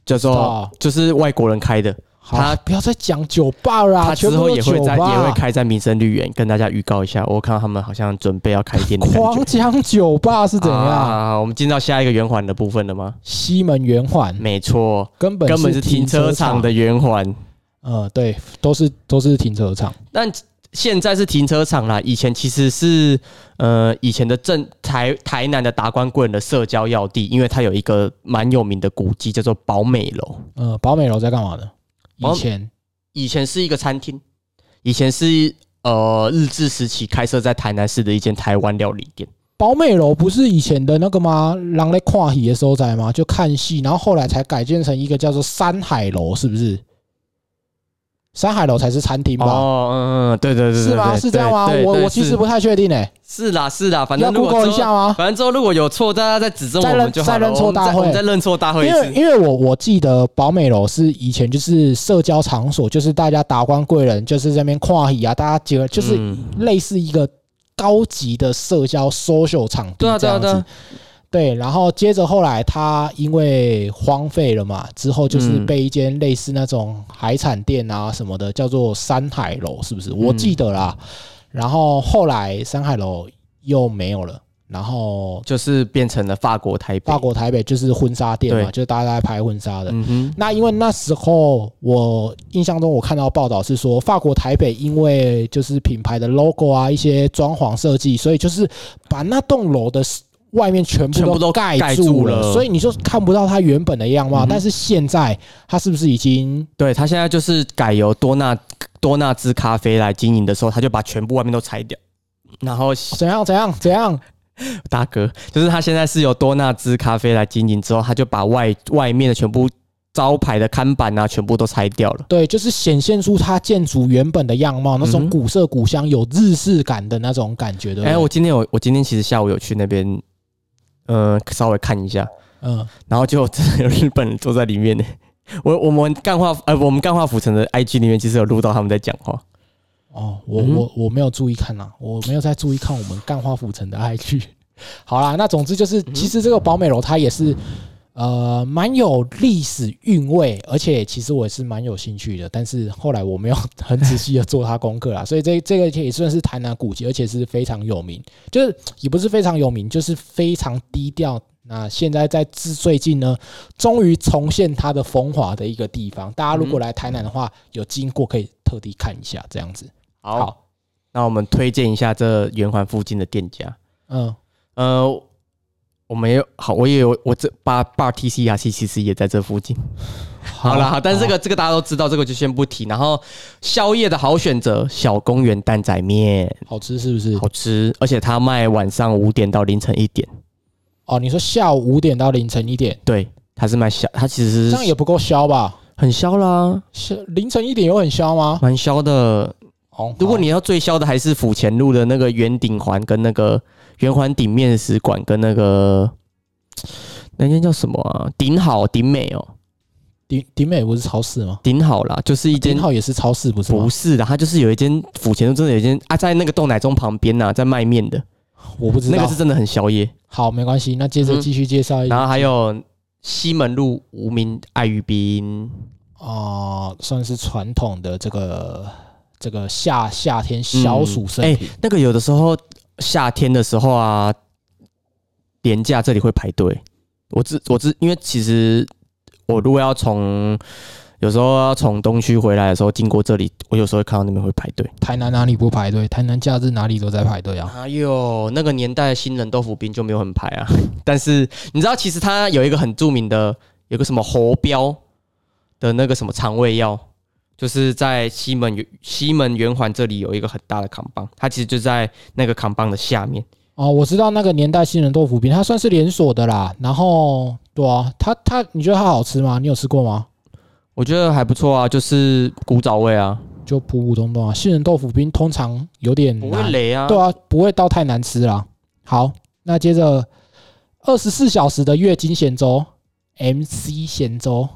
叫有？做就是外国人开的，好他不要再讲酒吧啦，他之啊全部后都也会酒在也会吧。开在民生绿园，跟大家预告一下。我看到他们好像准备要开店的感狂觉。讲酒吧是怎样？啊？我们进到下一个圆环的部分了吗？西门圆环没错，根嗯本根本是停停车场场，的圆环。呃，对，都是都是停车场。但现在是停车场啦，以前其实是呃以前的正台台南的达官贵人的社交要地，因为它有一个蛮有名的古迹叫做宝美楼，呃，宝美楼在干嘛呢？以宝前以前是一个餐厅，以前是呃日治时期开设在台南市的一间台湾料理店。宝美楼不是以前的那个吗？狼来跨戏的所在吗？就看戏，然后后来才改建成一个叫做山海楼，是不是？山海楼才是餐厅吧？哦，嗯嗯，对对对对，是吗？对是这样吗？对对我对我其是实不太确定诶，是啦是啦，反要正如果 Google 之一后下吗？ (laughs) 反正之后如果有错，大家再指正再我们认就好再了。认错我们大再会我们再认错大会一因为次。因为我我记得宝美楼是以前就是社交场所，就是大家达官贵人就是在那边跨戏啊，大家结合就是嗯类似一个高级的社交 social 场地对啊这对啊样对子啊。，对，然后接着后来他因为荒废了嘛，之后就是被一间类似那种海产店啊什么的，叫做山海楼，是不是？我记得啦。嗯然后后来山海楼又没有了，然后就是变成了法国台北。法，国台北就是婚纱店嘛，对就是大家在拍婚纱的。嗯哼，那因为那时候我印象中我看到报道是说，法国台北因为就是品牌的 logo 啊，一些装潢设计，所以就是把那栋楼的 s- 外面全全部部都都盖盖住住了，了所以你就看不到它原本的样貌。嗯哼但是现在它是不是已经对他现在就是改由多纳多纳兹咖啡来经营的时候，他就把全部外面都拆掉。然后怎样怎样怎样？大哥，就是他现在是由多纳兹咖啡来经营之后，他就把外外面的全部招牌的看板啊，全部都拆掉了。对，就是显现出它建筑原本的样貌，那种嗯哼古色古香、有日式感的那种感觉，对不哎、对？我今天有，我今天其实下午有去那边，呃，稍微看一下，嗯，然后就真的有日本人坐在里面 (laughs) 呢。我我们干化呃，我们干化浮城的 IG 里面其实有录到他们在讲话，哦，我嗯哼我我没有注意看啦、我没有在注意看我们干花府城的 IG。好 (laughs) 啦，那总之就是，嗯其实这个宝美楼它也是呃蛮有历史韵味，而且其实我也是蛮有兴趣的，但是后来我没有 (laughs) 很仔细的做它功课啦，所以这这个也算是台南古迹，而且是非常有名，就是也不是非常有名，就是非常低调。那现在在至最近呢，终于重现它的风华的一个地方。大家如果嗯来台南的话，有经过可以特地看一下，这样子。好那我们推荐一下这圆环附近的店家。嗯，呃，我们也有好，我也有我这八八 T C R C 其实也在这附近。好啦，好，但是这个这个大家都知道，这个就先不提。然后宵夜的好选择，小公园蛋仔面好吃是不是？好吃，而且它卖晚上五点到凌晨一点。哦，你说下午五点到凌晨一点，对，它是卖宵，它其实这是样也不够消吧？很宵啦，是凌晨一点有很消吗？蛮宵的。哦，如果好你要最宵的，还是府前路的那个圆顶环跟那个圆环顶面食馆跟那个那间叫什么啊？顶好顶美哦，顶顶美不是超市吗？顶好啦，就是一间啊顶好也是超市不是吗不？是的，它就是有一间府前路真的有一间啊，在那个豆奶中旁边呐、在卖面的我不知那道个是。真的很宵夜。好，没关系，那接着嗯继续介绍一然下后还有西门路无名爱玉冰，哦，算是传统的这个这个夏夏天消暑圣品。嗯哎那个有的时候夏天的时候啊，廉价这里会排队。我知我知，因为其实我如果要从有时候要从东区回来的时候经过这里，我有时候会看到那边会排队。台南哪里不排队？台南假日哪里都在排队啊。哪有哎那个年代的新人豆腐冰就没有很排啊？ (laughs) 但是你知道，其实它有一个很著名的，有个什么喉标的那个什么肠胃药，就是在西门圆西门圆环这里有一个很大的扛棒，它其实就在那个扛棒的下面。哦，我知道那个年代新人豆腐饼，它算是连锁的啦。然后，对啊，它它，你觉得它好吃吗？你有吃过吗？我觉得还不错啊，就是古早味啊，就普普通通啊。杏仁豆腐冰通常有点不会难，雷嗯啊。对啊，不会到太难吃啦。好，那接着二十四小时的月经咸粥，MC 咸 (laughs) 粥，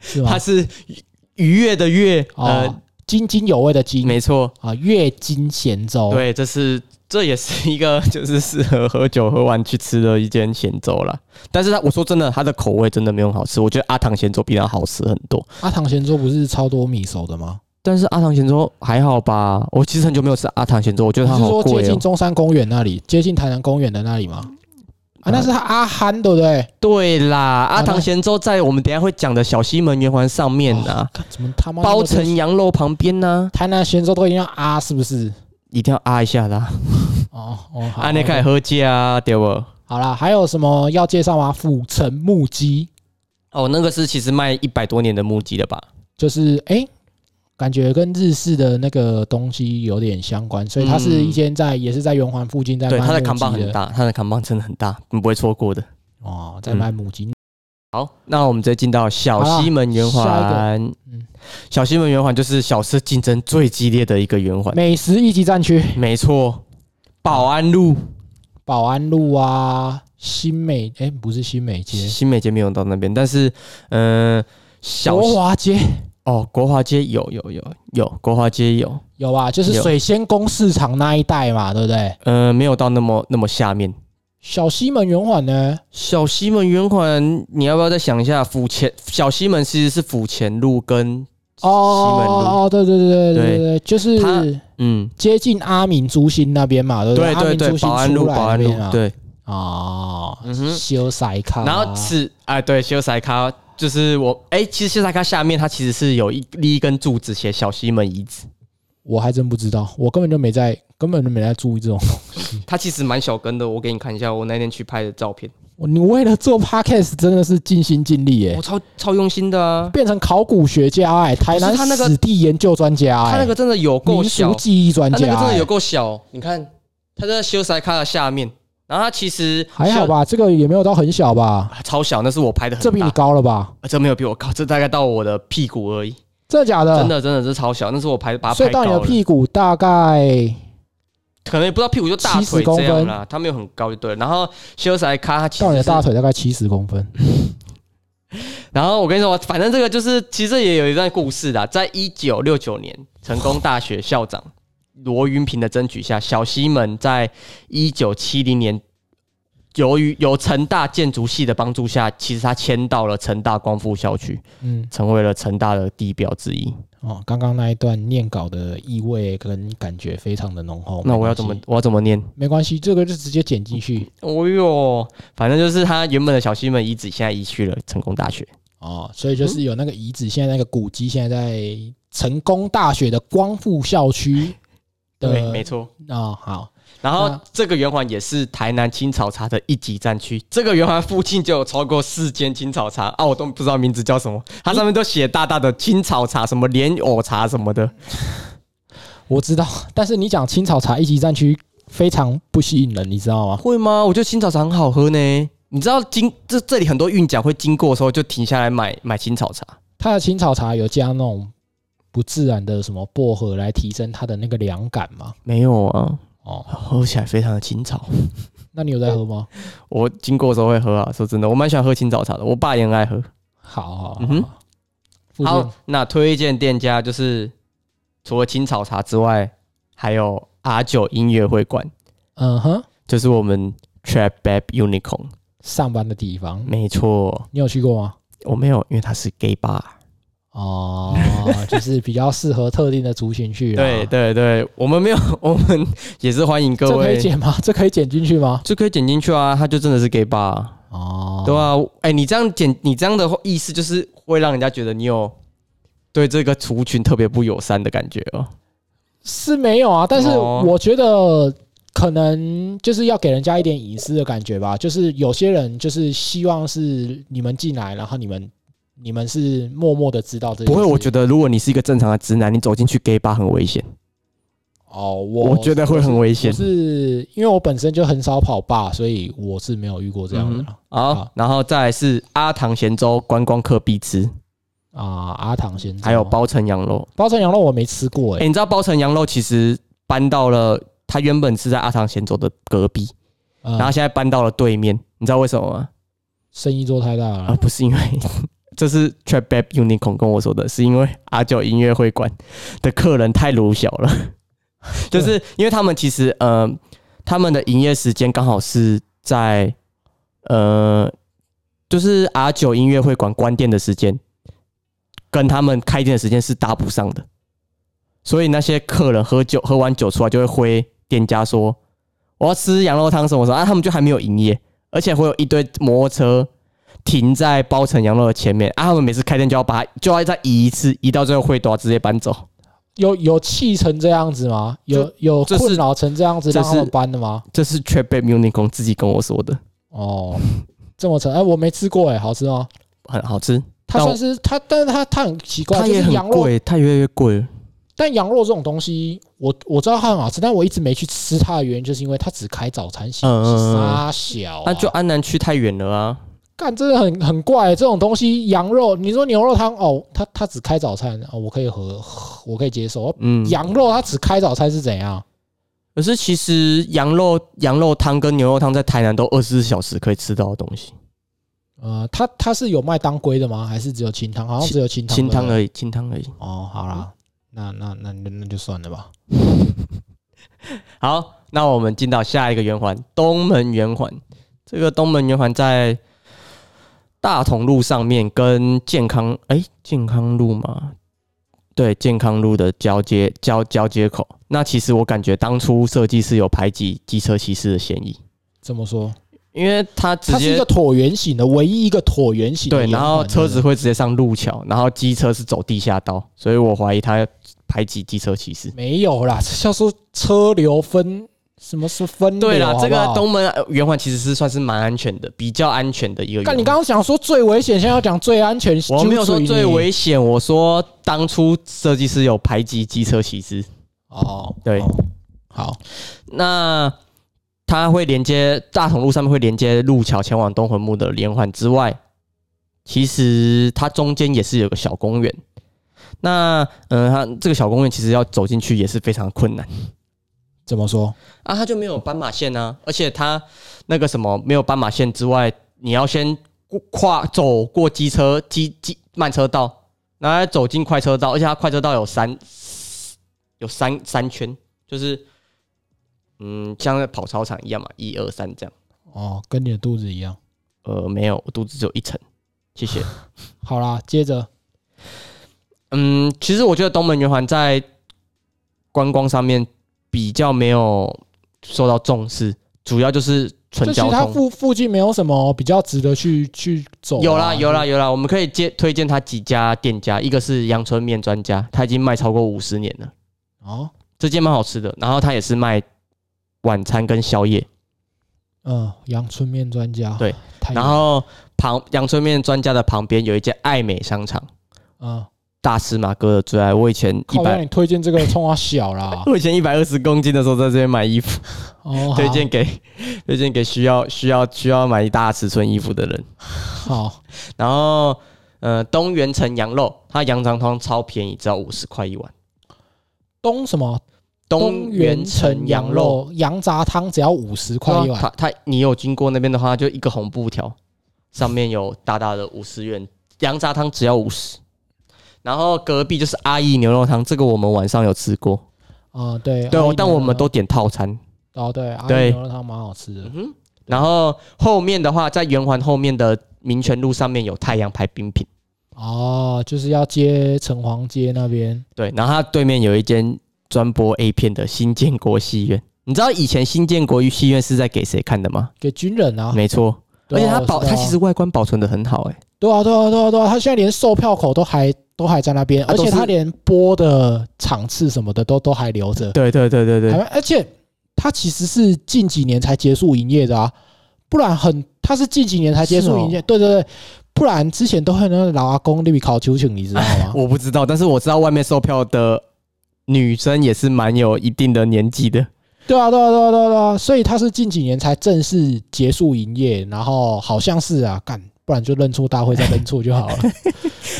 是吗它？是愉愉悦的悦，哦呃，，津津有味的津没错，啊，月经咸粥。对，这是这也是一个 (laughs) 就是适合喝酒喝完去吃的一间咸粥啦。但是它我说真的，它的口味真的没有很好吃，我觉得阿唐咸粥比它好吃很多。阿唐啊咸粥不是超多米熟的吗？但是阿唐咸粥还好吧？我其实很久没有吃阿唐咸粥，我觉得你它是好说接贵哦近、中山公园那里，接近台南公园的那里吗？啊，呃那是他阿憨，对不对？对啦，阿那唐咸粥在我们等一下会讲的小西门圆环上面啊，看哦怎么他妈包成成羊肉旁边啊呢、台南咸粥都一定要阿，是不是？一定要啊一下啦，哦哦，好，啊，你开始喝酒啊，对不？好啦，还有什么要介绍吗？府城木鸡哦，那个是其实卖一百多年的木鸡的吧？就是诶，感觉跟日式的那个东西有点相关，所以它是一间在、也是在圆环附近在嗯对，卖它的母扛棒鸡很的大，它的扛棒真的很大，你不会错过的。哦，在嗯卖母鸡。好，那我们再进到小好啦西门圆下环嗯。小西门圆环就是小吃竞争最激烈的一个圆环，美食一级战区，没错。保安路、嗯保安路啊，新美哎、不是新美街，新美街没有到那边，但是，嗯、小国华街哦，国华街有有有有，国华街有，有吧？就是有水仙宫市场那一带嘛，对不对？呃，没有到那么那么下面。小西门圆环呢？小西门圆环，你要不要再想一下？府前小西门其实是府前路跟哦哦哦，对对对对对对，就是它嗯，接近阿明珠心那边嘛，对不对阿对明对珠，心保安出路来保那安路边啊，，对。哦，嗯哼修塞卡，然后是啊，对，修塞卡就是我哎，其实修塞卡下面它其实是有一立一根柱子写小西门遗址，我还真不知道，我根本就没在，根本就没在注意这种。 (laughs) 嗯它其实蛮小根的，我给你看一下我那天去拍的照片，我你为了做 podcast 真的是尽心尽力耶、我超超用心的啊，变成考古学家哎、台南他那个史地研究专家哎、它那个真的有够民小俗，记忆专它家、那个真的哎有够小，你看它在修塞卡的下面，然后它其实还好吧？这个也没有到很小吧？小，超小，那是我拍的很大，这比你高了吧？啊这没有比我高，这大概到我的屁股而已。真的假的？真的真的是超小，那是我拍把它嗯所以拍到高你的了，屁股大概可能也不知道屁股就大70腿公这分样啦，它没有很高就对了。然后修塞卡它其到你实的是大，腿大概七十公分，然后我跟你说，反正这个就是其实也有一段故事啦，在一九六九年，成功大学校长罗云平的争取下，小西门在一九七零年。由于由成大建筑系的帮助下，其实他迁到了成大光复校区，嗯，成为了成大的地标之一。哦，刚刚那一段念稿的意味跟感觉非常的浓厚。那我要没关系怎么我要怎么念？没关系，这个就直接剪进去哦哟，反正就是他原本的小西门遗址，现在移去了成功大学。哦。所以就是有那个遗址，现在那个古迹，现在在成功大学的光复校 (laughs) 区的。对，没错。哦，好，然后那这个圆环也是台南青草茶的一级战区，这个圆环附近就有超过四间青草茶啊，我都不知道名字叫什么，它上面都写大大的青草茶，什么莲藕茶什么的。我知道。 (laughs) 但是你讲青草茶一级战区非常不吸引人，你知道吗？会吗？我觉得青草茶很好喝呢。你知道经这这里很多运奖会经过的时候就停下来买买青草茶，它的青草茶有加那种不自然的什么薄荷来提升它的那个凉感吗？没有啊，哦，喝起来非常的青草。那你有在喝吗？我经过的时候会喝啊，说真的，我蛮喜欢喝青草茶的，我爸也很爱喝。好好好，嗯哼好附近好，那推荐店家就是除了青草茶之外，还有 R 九音乐会馆，嗯哼，就是我们 Trap Bab Unicorn。上班的地方，没错，你有去过吗？我没有，因为它是 gay bar。哦， (laughs) 就是比较适合特定的族群去啦。啊对对对，我们没有， (laughs) 我们也是欢迎这各可以位，剪吗？ (laughs) 这可以剪进去吗？就可以剪进去啊，它就真的是 gay bar，、哦，对啊，哎、你这样剪，你这样的意思就是会让人家觉得你有对这个族群特别不友善的感觉哦。是没有啊，但是哦我觉得可能就是要给人家一点隐私的感觉吧。就是有些人就是希望是你们进来，然后你们你们是默默的知道这件事。不会，我觉得如果你是一个正常的直男，你走进去 gay bar 很危险，哦，我我觉得会很危险我。是因为我本身就很少跑吧，所以我是没有遇过这样的嗯啦好好，然后再来是阿唐咸粥观光客必吃，啊。阿唐先生，还有包城羊肉。包成羊肉我没吃过哎、哎、你知道包城羊肉其实搬到了，它原本是在阿唐咸粥的隔壁，嗯哎然后现在搬到了对面。你知道为什么吗？生意做太大啊，了，不是因为这是 Trap Bab Unicorn 跟我说的，是因为阿九音乐会馆的客人太鲁小了，就是因为他们其实呃，他们的营业时间刚好是在呃，就是阿九音乐会馆关店的时间，跟他们开店的时间是搭不上的，所以那些客人喝酒喝完酒出来就会挥店家说我要吃羊肉汤什么什么啊，他们就还没有营业，而且会有一堆摩托车停在包城羊肉的前面啊，他们每次开店就要把它就要再移一次，移到最后会都要直接搬走，有有气成这样子吗？有有这是困扰成这样子这让是他们搬的吗？这是 Trap Bab Unicorn 自己跟我说的，哦，这么沉，哎、我没吃过哎、好吃吗？很好吃，它但算是它，但是它它很奇怪，它就也是很羊肉，贵，它越来越贵了。但羊肉这种东西，我我知道它很好吃，但我一直没去吃它的原因，就是因为它只开早餐型，嗯嗯嗯沙小啊、那就安南区太远了啊，干，真的很很怪、这种东西，羊肉，你说牛肉汤哦，它它只开早餐哦，我可以和我可以接受。嗯。羊肉它只开早餐是怎样？可是其实羊肉羊肉汤跟牛肉汤在台南都二十四小时可以吃到的东西，呃，它它是有卖当归的吗？还是只有清汤？好像只有清汤。清汤已。而已，嗯清汤而已。哦，好啦，那那那那那就算了吧。好，那我们进到下一个圆环，东门圆环。这个东门圆环在大同路上面，跟健康哎、健康路嘛，对健康路的交接交交接口。那其实我感觉当初设计是有排挤机车骑士的嫌疑，这么说，因为他直它是一接个啊椭圆形的，唯一一个椭圆形的对，圆环。然后车子对不对会直接上路桥，然后机车是走地下道，所以我怀疑他排挤机车骑士。没有啦，这叫做车流分，什么是分流？对啦，好不这个啊好东门呃圆环其实是算是蛮安全的，比较安全的一个圆环。干，你刚刚想说最危险，现在要讲最安全。我没有说揪嘴最你危险，我说当初设计师有排挤机车骑士，哦，对哦好，那它会连接大同路上面会连接路桥前往东魂墓的连环之外，其实它中间也是有个小公园。那嗯，它这个小公园其实要走进去也是非常困难怎么说？啊，它就没有斑马线啊，而且它那个什么没有斑马线之外，你要先过跨走过机车机机慢车道，然后再走进快车道，而且它快车道有三有三三圈，就是嗯，像在跑操场一样嘛，一二三这样。哦，跟你的肚子一样。呃，没有，我肚子只有一层，谢谢。 (laughs) 好啦，接着嗯，其实我觉得东门圆环在观光上面比较没有受到重视，主要就是纯就其交实它通。附附近没有什么比较值得去去走啊、有啦有啦有啦，我们可以介推荐他几家店家，一个是阳春面专家，他已经卖超过五十年了，哦，这间蛮好吃的。然后他也是卖晚餐跟宵夜，嗯，阳春面专家对，太然后旁阳春面专家的旁边有一间爱美商场，嗯，大司马哥的最爱。我以前一靠，让百，你推荐这个冲我小 (laughs)，啦我以前一百二十公斤的时候在这边买衣服，哦，推荐给 (laughs) 推荐给需要需要需要买大尺寸衣服的人。好，好然后呃，东源城羊肉，它羊肠汤超便宜，只要五十块一碗。东什么东源源城羊羊肉羊杂汤只要五十块一对啊碗，它它你有经过那边的话，就一个红布条，上面有大大的五十元羊杂汤，只要五十。然后隔壁就是阿义牛肉汤，这个我们晚上有吃过，嗯，对对阿姨哦，牛但肉我们汤都点套餐。哦对，阿对姨牛肉汤蛮好吃的嗯，哼。然后后面的话，在圆环后面的民权路上面有太阳牌冰品，哦，就是要接城隍街那边，对。然后它对面有一间专播 A 片的新建国戏院，你知道以前新建国戏院是在给谁看的吗？给军人啊，没错，而对啊且它我知保道它啊其实外观保存的很好、欸，对啊，对啊，对啊，对啊，他现在连售票口都还都还在那边，啊而都且是他连播的场次什么的都都还留着，对对对对对还，而且他其实是近几年才结束营业的啊，不然很他是近几年才结哦束营业，对对对，不然之前都会有那个老阿公那边考球球，你知道吗？ (laughs) 我不知道，但是我知道外面售票的女生也是蛮有一定的年纪的。对啊，对啊，对啊，对啊，对啊，所以他是近几年才正式结束营业，然后好像是啊，干，不然就认错大会再认错就好 (laughs) 了。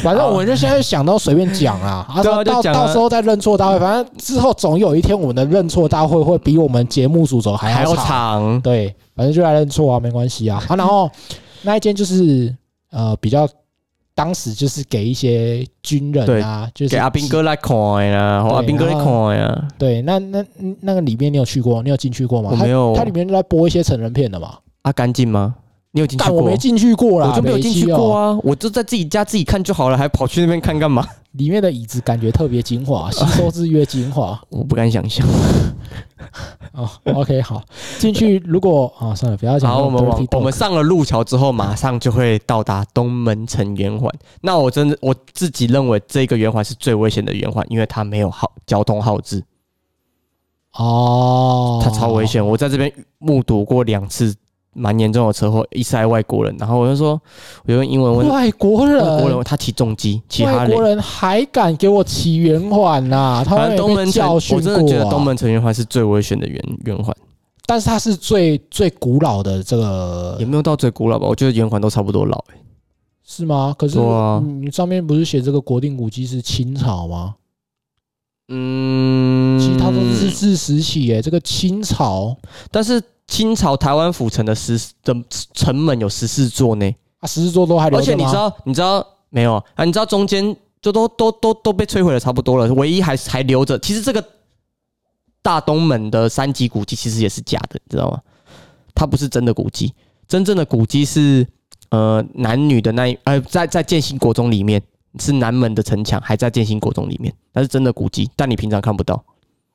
反正我就现在想到随便讲啦，啊，对啊到就到讲啊到时候再认错大会，反正之后总有一天我们的认错大会会比我们节目组走还还要有长。场，对，反正就来认错啊，没关系啊。啊，然 (laughs) 后那一间就是呃比较。当时就是给一些军人啊，就是给阿兵哥来看呀，对阿兵哥来看呀。对，那那嗯那个里面你有去过？你有进去过吗？我它没有它里面就在播一些成人片的嘛。啊，干净吗？你有进去但过？我没进去过啦，我就没有进去过啊。啊，我就在自己家自己看就好了，还跑去那边看干嘛？里面的椅子感觉特别精 (laughs) 华，吸收制约精华。我不敢想象。哦，OK，好，进去如果啊，算了，不要讲好，那我么们 dirty 往 talk。我们上了路桥之后，马上就会到达东门城圆环。那我真的我自己认为这个圆环是最危险的圆环，因为它没有号交通号志。哦，它超危。险，我在这边目睹过两次蛮严重的车祸，一塞外国人，然后我就说，我就用英文问外国人，外国人，他骑重机，骑哈外雷国。人还敢给我起圆环呐、他们反正也东门被城，教训我真的觉得过啊东门城圆环是最危险的圆圆环，但是它是最最古老的这个也没有到最古老吧？我觉得圆环都差不多老、欸是吗？可是对啊你上面不是写这个国定古迹是清朝吗？嗯，其实它都是日治时期欸耶，这个清朝但是清朝台湾府城的十的城门有十四座呢，啊，十字座都还留而且着你知吗？道，你知道没有啊？你知道中间就都都都都被摧毁的差不多了，唯一还还留着。其实这个大东门的三级古迹其实也是假的，你知道吗？它不是真的古迹，真正的古迹是呃男女的那一呃在在建兴国中里面是南门的城墙还在建兴国中里面，那是真的古迹，但你平常看不到。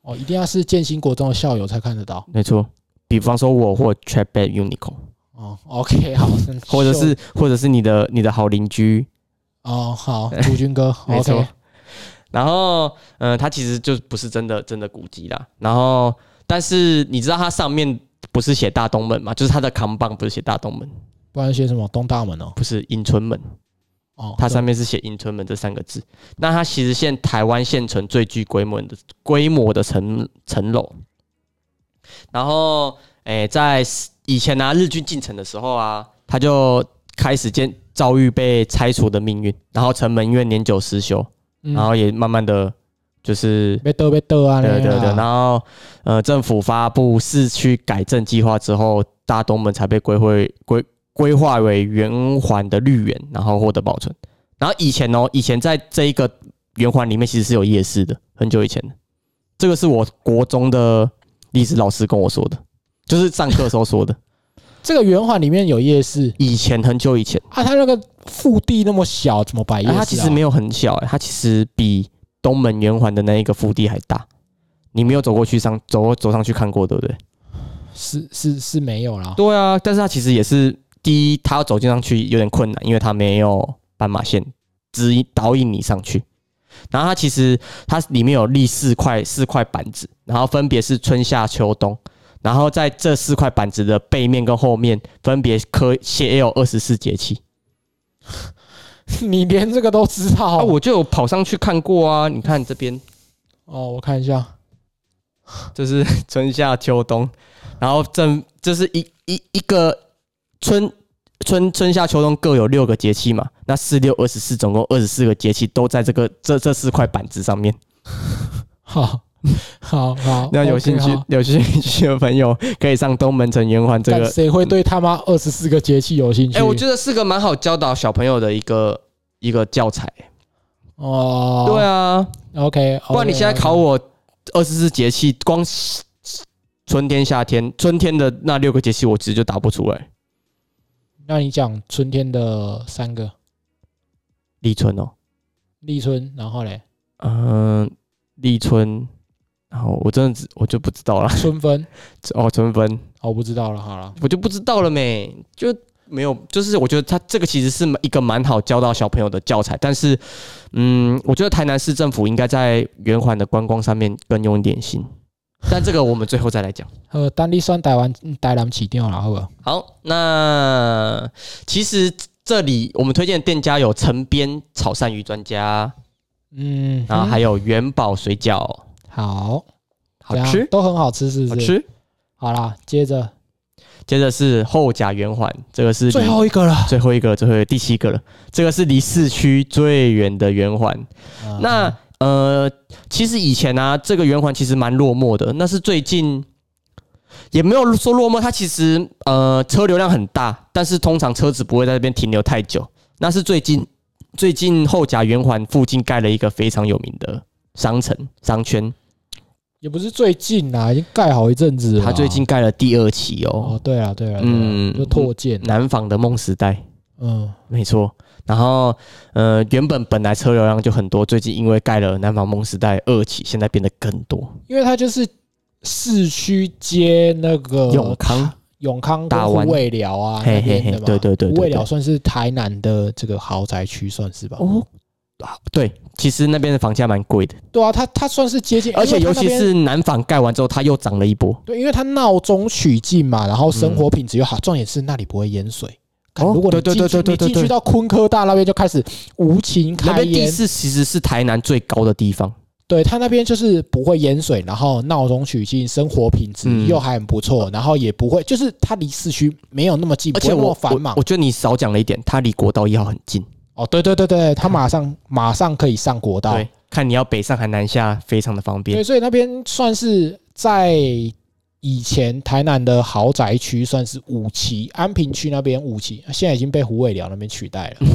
哦，一定要是建兴国中的校友才看得到没错，比方说我或 Trap Bad Unicorn。哦。OK，好， (laughs) (laughs) 或者秀是或者是你的你的好邻居，哦， (laughs) 好，竹军哥没错，OK，然后嗯、呃，它其实就不是真的真的古迹啦。然后但是你知道它上面不是写大东门嘛？就是它的扛棒不是写大东门，不然写什么东大门哦？不是迎春门，哦，它上面是写迎春门这三个字。那它其实现台湾现存最具规模的规模的城城楼。然后诶、在以前呢、啊，日军进城的时候啊，它就开始见遭遇被拆除的命运，然后城门因为年久失修。嗯然后也慢慢的就是被得被得啊，对对那对，样啊然后呃，政府发布市区改正计划之后，大东门才被归回归规划为圆环的绿园，然后获得保存。然后以前哦，以前在这一个圆环里面其实是有夜市的，很久以前的。这个是我国中的历史老师跟我说的，就是上课时候说的。这个圆环里面有夜市以前很久以前，啊，它那个腹地那么小，怎么摆夜市、啊啊？它其实没有很小、欸，它其实比东门圆环的那一个腹地还大。你没有走过去上走走上去看过，对不对？啊是是是没有啦。 (laughs) 对啊，但是它其实也是第一，它要走进上去有点困难，因为它没有斑马线指引导引你上去。然后它其实它里面有立四块四块板子，然后分别是春夏秋冬，然后在这四块板子的背面跟后面分别刻写有二十四节气。你连这个都知道？啊，我就有跑上去看过啊！你看这边，哦，我看一下， (laughs) 这是 (laughs) 春夏秋冬，然后正这是一一一个春春春夏秋冬各有六个节气嘛，那四六二十四，总共二十四个节气都在这个这这四块板子上面。好，好，好。那有兴趣 OK，好 (laughs) 有兴趣的朋友可以上东门城圆环这干个，谁会对他妈二十四个节气有兴趣？哎、我觉得是个蛮好教导小朋友的一个一个教材。哦，对啊， ，OK，不然你现啊在考我二十四节气，光春天、夏天、春天的那六个节气，我其实就答不出来。那你讲春天的三个立春哦，立春，然后嘞，嗯、立春，然后我真的只我就不知道了。春分， (laughs) 哦，春分，哦我不知道了，好了，我就不知道了没，就没有，就是我觉得他这个其实是一个蛮好教到小朋友的教材，但是，嗯，我觉得台南市政府应该在圆环的观光上面更用一点心，但这个我们最后再来讲。呃，单立酸台湾嗯台南起掉了，好不好？ (laughs) 好，那其实这里我们推荐的店家有城边炒鳝鱼专家，嗯，然后啊还有元宝水饺，好，好怎样吃，都很好吃，是不好是？吃。好啦，接着接着是后甲圆环，这个是离最后一个了。最后一个，最后一个第七个了，这个是离市区最远的圆环。嗯那呃，其实以前啊，这个圆环其实蛮落寞的，那是最近也没有说落寞，它其实呃车流量很大，但是通常车子不会在这边停留太久。那是最近最近后甲圆环附近盖了一个非常有名的商城商圈，也不是最近啊啦，已经盖好一阵子了啦。啊它最近盖了第二期哦哦，，对了对了，嗯，嗯就拓建，南纺的梦时代。嗯，没错。然后，呃，原本本来车流量就很多，最近因为盖了南方梦时代二期，现在变得更多。因为它就是市区接那个永康永康大跟湾卫寮啊嘿那嘿边嘿的嘛，对对对对卫对寮算是台南的这个豪宅区，算是吧？哦，啊对，其实那边的房价蛮贵的，对啊，它它算是接近，而且因为尤它那其边是南纺盖完之后，它又涨了一波。对，因为它闹中取静嘛，然后生活品质又好，重点是那里不会淹水。干嗯哦如果你对进对去，对对你对进去对到昆科大那边就开始无情那开边地淹，势其实是台南最高的地方，对它那边就是不会淹水，然后闹中取静，生活品质嗯又还很不错，然后也不会，就是它离市区没有那么近，不而且会那么我繁忙我。我觉得你少讲了一点，它离国道一号很近。哦，对对对对，它马上马上可以上国道，对，看你要北上还南下，非常的方便对，。所以那边算是在以前台南的豪宅区，算是五期安平区那边五期，现在已经被胡伟寮那边取代 (laughs) 了。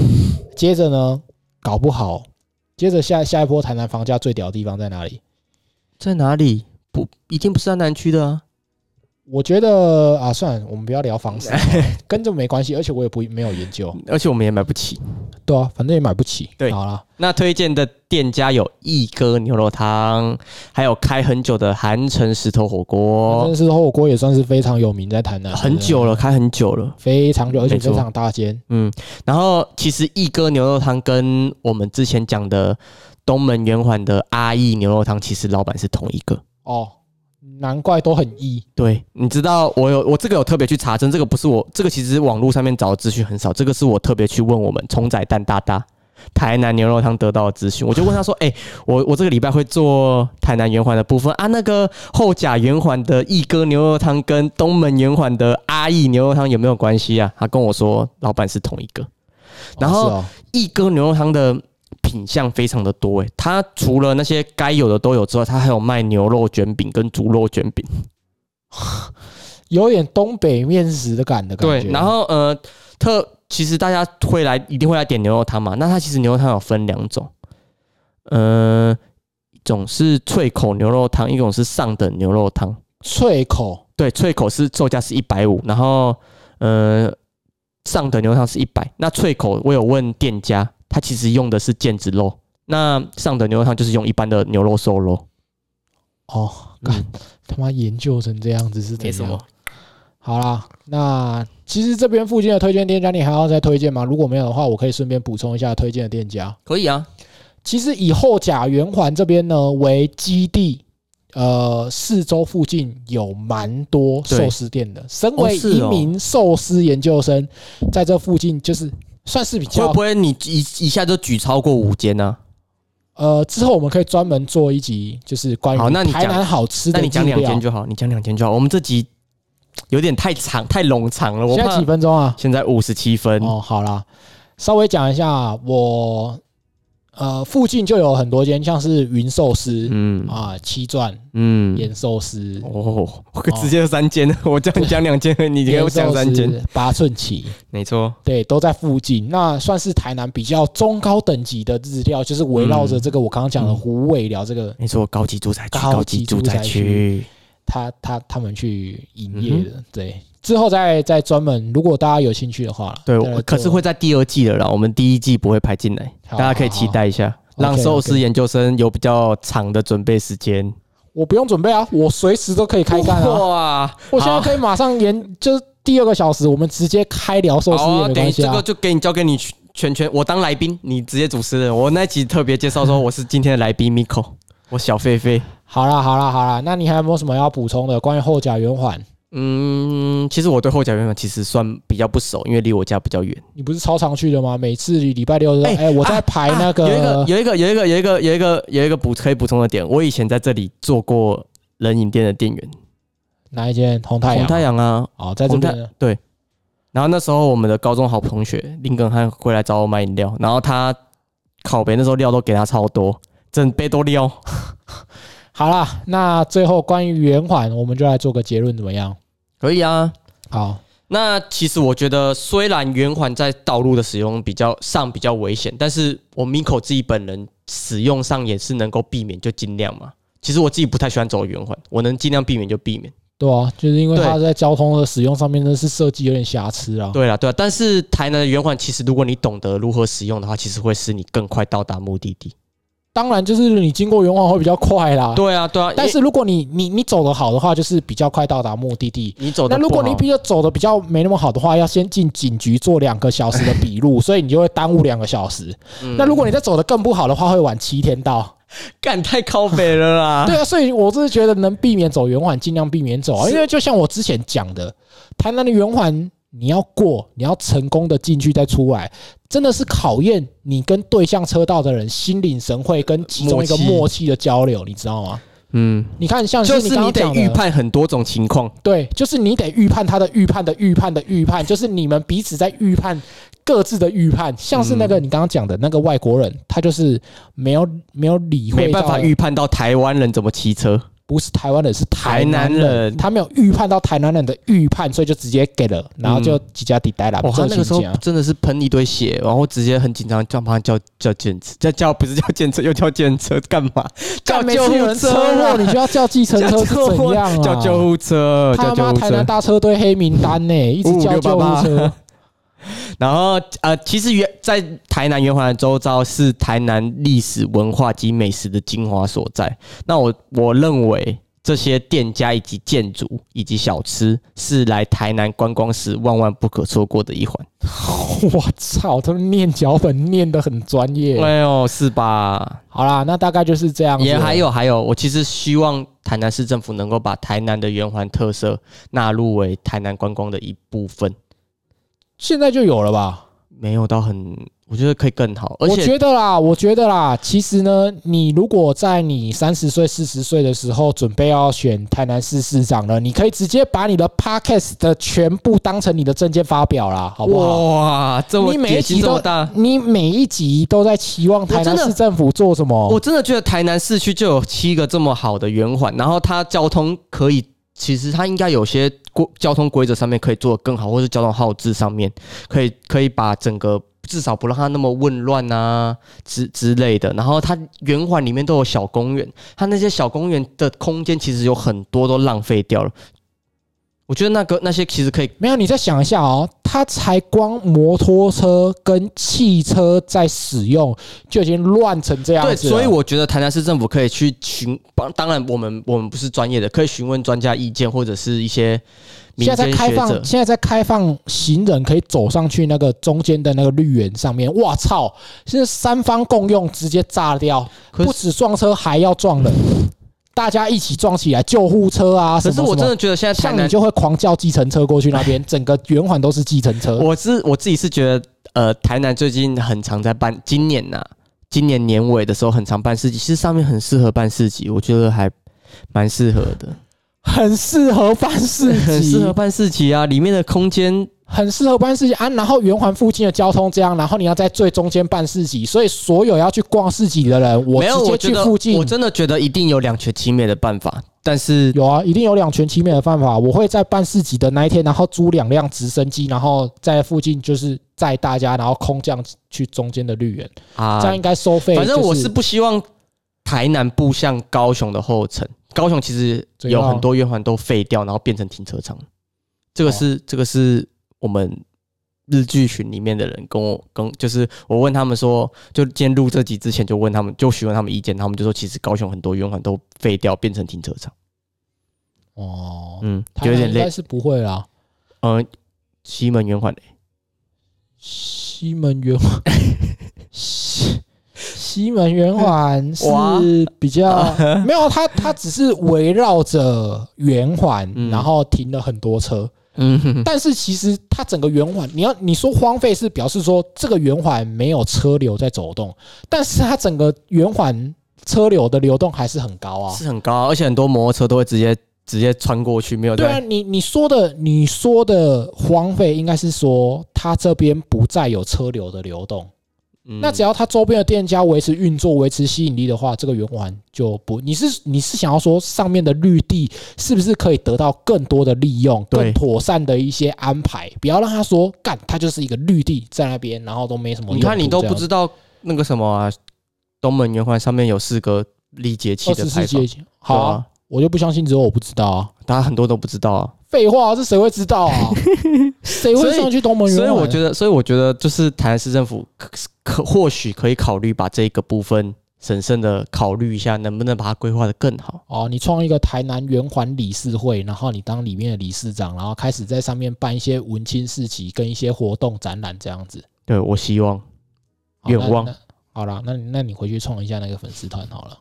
接着呢，搞不好，接着下下一波台南房价最屌的地方在哪里？在哪里？不，一定不是在南区的啊。我觉得啊，算了，我们不要聊房 (laughs) 子，跟这没关系，而且我也不没有研究，而且我们也买不起。对啊，反正也买不起。嗯对好啦，那推荐的店家有一哥牛肉汤，还有开很久的韩城石头火真锅，的是火锅也算是非常有名，在台南哦很久了，了，开很久了。非常久，而且没错非常大间。嗯，然后其实一哥牛肉汤跟我们之前讲的东门圆环的阿义牛肉汤，其实老板是同一个。哦，难怪都很易。对，你知道我有我这个有特别去查证，这个不是我这个其实网络上面找的资讯很少，这个是我特别去问我们虫仔蛋大大台南牛肉汤得到的资讯，我就问他说，哎、我我这个礼拜会做台南圆环的部分啊，那个后甲圆环的义哥牛肉汤跟东门圆环的阿义牛肉汤有没有关系啊？他跟我说老板是同一个，然哦后是哦一哥牛肉汤的品相非常的多诶，它除了那些该有的都有之外，它还有卖牛肉卷饼跟猪肉卷饼。有点东北面食的感的感觉。对，然后呃，特其实大家会来一定会来点牛肉汤嘛，那它其实牛肉汤有分两种，呃，一种是脆口牛肉汤，一种是上等牛肉汤。脆口对，脆口是售价是一百五，然后呃，上等牛肉汤是一百。那脆口我有问店家，他其实用的是腱子肉，那上等牛肉汤就是用一般的牛肉瘦肉，嗯哦，干他妈研究成这样子是怎没什么样？好啦，那其实这边附近的推荐店家，你还要再推荐吗？如果没有的话，我可以顺便补充一下推荐的店家。可以啊。其实以后甲圆环这边呢为基地，呃，四周附近有蛮多寿司店的。身哦为是一哦名寿司研究生，在这附近就是算是比会较不会你一一下就举超过五间啊呢、呃，之后我们可以专门做一集，就是关好那于你台讲南好吃的那你讲日两料间就好，你讲两间就好。我们这集有点太长太冗长了，我现在怕几分钟啊？现在五十七分。哦，好啦，稍微讲一下，我呃附近就有很多间，像是云寿司、嗯啊、七转嗯，盐寿司、哦，我直接就三间 (laughs) 了。我叫你讲两间，你给盐我讲寿三间，司、八寸旗，没错。对，都在附近。那算是台南比较中高等级的日料，就是围绕着这个我刚刚讲的嗯虎尾寮这个，没错，高级住宅区，高高级级住住宅宅区，他他他们去营业嗯的。对，之后再再专门，如果大家有兴趣的话啦，对再来，做可是会在第二季了啦，我们第一季不会排进来，好大家可以期待一下，好让 OK，寿司 OK 研究生有比较长的准备时间。我不用准备啊，我随时都可以开干啊！ (laughs) 哇，我现在好可以马上研，就是第二个小时，我们直接开聊寿司好也啊没等于关系这啊个。就给你交给你全全权，我当来宾，你直接主持人。我那一集特别介绍说我是今天的来宾 Miko，我小狒狒。好啦好啦好啦，那你还有没有什么要补充的关于后甲圆环？嗯，其实我对后甲圆环其实算比较不熟，因为离我家比较远。你不是超常去的吗？每次礼拜六都哎哎，我在排那啊个有一个有一个有一个有一个有一个有一个补可以补充的点，我以前在这里做过冷饮店的店员，哪一间红太红阳？太阳啊。哦，在这红太边对，然后那时候我们的高中好同学林根汉会来找我买饮料，然后他烤杯那时候料都给他超多，整杯都料。好啦，那最后关于圆环，我们就来做个结论，怎么样？可以啊，好，那其实我觉得，虽然圆环在道路的使用比较上比较危险，但是我 Miko 自己本人使用上也是能够避免，就尽量嘛。其实我自己不太喜欢走圆环，我能尽量避免就避免。对啊，就是因为对它在交通的使用上面真的是设计有点瑕疵啊。对啦，对啦，但是台南的圆环其实如果你懂得如何使用的话，其实会使你更快到达目的地。当然就是你经过圆环会比较快啦。对啊，对啊，但是如果你你你走得好的话，就是比较快到达目的地。你走那的，如果你比较走的比较没那么好的话，要先进警局做两个小时的笔录，所以你就会耽误两个小时。嗯那如果你再走的更不好的话，会晚七天到。干太靠北了 (laughs) 啦，对啊，所以我是觉得能避免走圆环，尽量避免走啊。是因为就像我之前讲的，台南的圆环你要过，你要成功的进去再出来，真的是考验你跟对向车道的人心领神会跟其中一个默契默契的交流，你知道吗？嗯，哦你看，像就是是刚刚你得讲的预判很多种情况，对，就是你得预判他的预判的预判的预判，就是你们彼此在预判各自的预判。像是嗯那个你刚刚讲的那个外国人，他就是没有没有理会，没办法预，判到台湾人怎么骑车，不是台湾人，是台南台南人他没有预判到台南人的预判，所以就直接给了，然后就几家抵呆了。嗯哇，他这那个时候情形啊真的是喷一堆血，然后直接很紧张，叫旁边叫叫检车， (laughs) 叫叫不是叫检车，又叫检车干嘛？叫干每次救有护人车车祸，啦，你就要叫计程车叫是救怎护样啊？叫救护车，他叫救妈护台南车。大车队黑名单呢、一直叫救护车。 (laughs) 然后呃，其实原在台南圆环的周遭是台南历史文化及美食的精华所在。那我我认为这些店家以及建筑以及小吃是来台南观光时万万不可错过的一环。我操，他们念脚本念得很专业。哎呦，是吧？好啦，那大概就是这样子。也还有还有，我其实希望台南市政府能够把台南的圆环特色纳入为台南观光的一部分，现在就有了吧？没有到很，我觉得可以更好。而我且觉得啦，我觉得啦，其实呢，你如果在你三十岁、四十岁的时候准备要选台南市市长了，你可以直接把你的 podcast 的全部当成你的证件发表啦，好不好？哦哇，这么你每一野集心这都么大，，你每一集都在期望台南我真的市政府做什我么？真的觉得台南市区就有七个这么好的圆环，然后它交通可以，其实它应该有些规交通规则上面可以做得更好，或是交通号志上面可以可以把整个至少不让它那么混乱啊之之类的。然后它圆环里面都有小公园，它那些小公园的空间其实有很多都浪费掉了。我觉得那个那些其实可以，没有，你再想一下哦，他才光摩托车跟汽车在使用就已经乱成这样子对，了，所以我觉得台南市政府可以去询，帮当然我们我们不是专业的，可以询问专家意见或者是一些民现在在间开学放者，。现在在开放行人可以走上去那个中间的那个绿园上面。哇操！现在三方共用，直接炸掉，可是不止撞车，还要撞人，大家一起撞起来，救护车啊什么可是什我么。真的觉得现在台像你南，就会狂叫计程车过去那 (laughs) 边，整个圆环都是计程车。我是我自己是觉得，呃，台南最近很常在办，今年呐、今年年尾的时候很常办市集，其实上面很适合办市集，我觉得还蛮适合的，很适合办事 (laughs) 很适合情，办市集啊，里面的空间很适合办事情啊。然后圆环附近的交通这样，然后你要在最中间办事情，所以所有要去逛市集的人，我没有，直我接觉去得附近。我真的觉得一定有两全其美的办法，但是有啊，一定有两全其美的办法。我会在办市集的那一天，然后租两辆直升机，然后在附近就是载大家，然后空降去中间的绿园，啊，这样应该收费、反正我是是不希望台南步向高雄的后尘。高雄其实有很多圆环都废掉，然后变成停车场。这个哦是、这个是我们日剧群里面的人跟我跟就是我问他们说，就今天录这集之前就问他们，就询问他们意见，他们就说其实高雄很多圆环都废掉，变成停车场。哦，嗯，台有南点应该累。是不会啦。呃，西门圆环、西门圆环， (laughs) 西西门圆环哇是比 (laughs) 较没有，它它只是围绕着圆环，嗯然后停了很多车。嗯哼哼，但是其实它整个圆环，你要你说荒废是表示说这个圆环没有车流在走动，但是它整个圆环车流的流动还是很高啊。是很高啊，而且很多摩托车都会直接直接穿过去，没有对啊，在你你说的你说的荒废，应该是说它这边不再有车流的流动。嗯那只要它周边的店家维持运作、维持吸引力的话，这个圆环就不。你是你是想要说上面的绿地是不是可以得到更多的利用、对更妥善的一些安排？不要让他说干，它就是一个绿地在那边，然后都没什么用你途这看样。你都不知道那个什么啊，东门圆环上面有四个历节气二的十牌世坊纪，好啊、我就不相信只有我不知道啊！大家很多都不知道啊。废话，这谁会知道 (laughs) 啊？谁会所以上去东门圆呃所环？以我觉得，所以我觉得，就是台南市政府可可或许可以考虑把这个部分审慎的考虑一下，能不能把它规划的更好。哦，你创一个台南圆环理事会，然后你当里面的理事长，然后开始在上面办一些文青市集跟一些活动展览这样子。对我希望好那愿望那好啦，那你那你回去创一下那个粉丝团好了。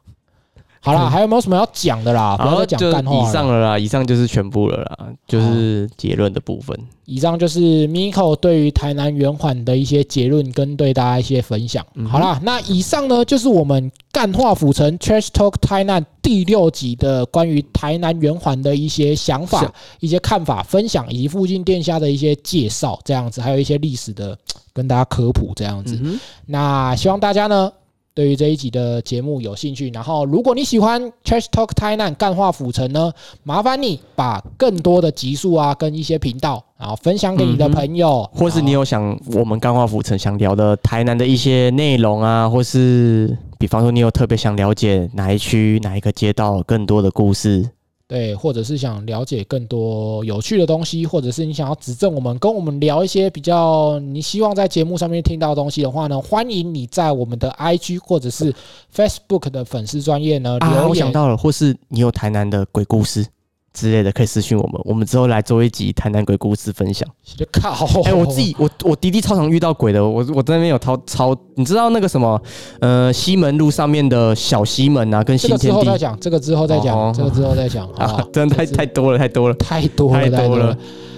好啦，还有没有什么要讲的啦？啊不然要后再讲就干话以上了了啦，以上就是全部了啦，就是结论的部分。以上就是 Miko 对于台南圆环的一些结论跟对大家一些分享。嗯哼好啦，那以上呢就是我们干化府城 Trash Talk 台南第六集的关于台南圆环的一些想法是、一些看法、分享，以及附近店家的一些介绍，这样子，还有一些历史的跟大家科普这样子。嗯哼，那希望大家呢对于这一集的节目有兴趣，然后如果你喜欢 Trash Talk 台南干化府城呢，麻烦你把更多的集数啊跟一些频道，然后分享给你的嗯哼朋友，或是然你后有想我们钢化浮城想聊的台南的一些内容啊，或是比方说你有特别想了解哪一区哪一个街道更多的故事，对，或者是想了解更多有趣的东西，或者是你想要指正我们，跟我们聊一些比较你希望在节目上面听到的东西的话呢，欢迎你在我们的 IG 或者是 Facebook 的粉丝专业呢啊，留我言想到了，或是你有台南的鬼故事之类的，可以私讯我们，我们之后来做一集台南鬼故事分享。就 (laughs) 靠，哎、我自己我我弟弟超常遇到鬼的，我我在那边有超超，你知道那个什么呃西门路上面的小西门啊，跟这新个之天后再地讲，这个之后再哦讲，这个之后再讲，好不 (laughs) 啊好，？真的太这是太多了太多了，太多了，太多了了。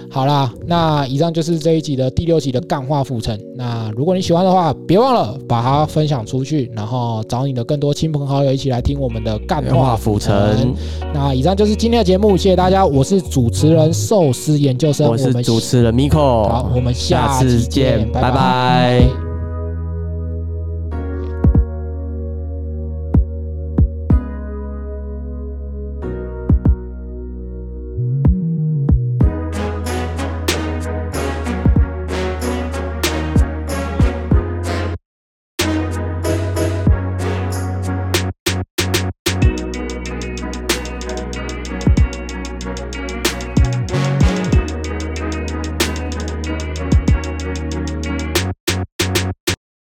好啦，那以上就是这一集的第六集的干话浮沉。那如果你喜欢的话，别忘了把它分享出去，然后找你的更多亲朋好友一起来听我们的干话浮浮沉。那以上就是今天的节目，谢谢大家，我是主持人寿司研究生，我是主持人 Miko，好，我们下下次期见，见，拜拜拜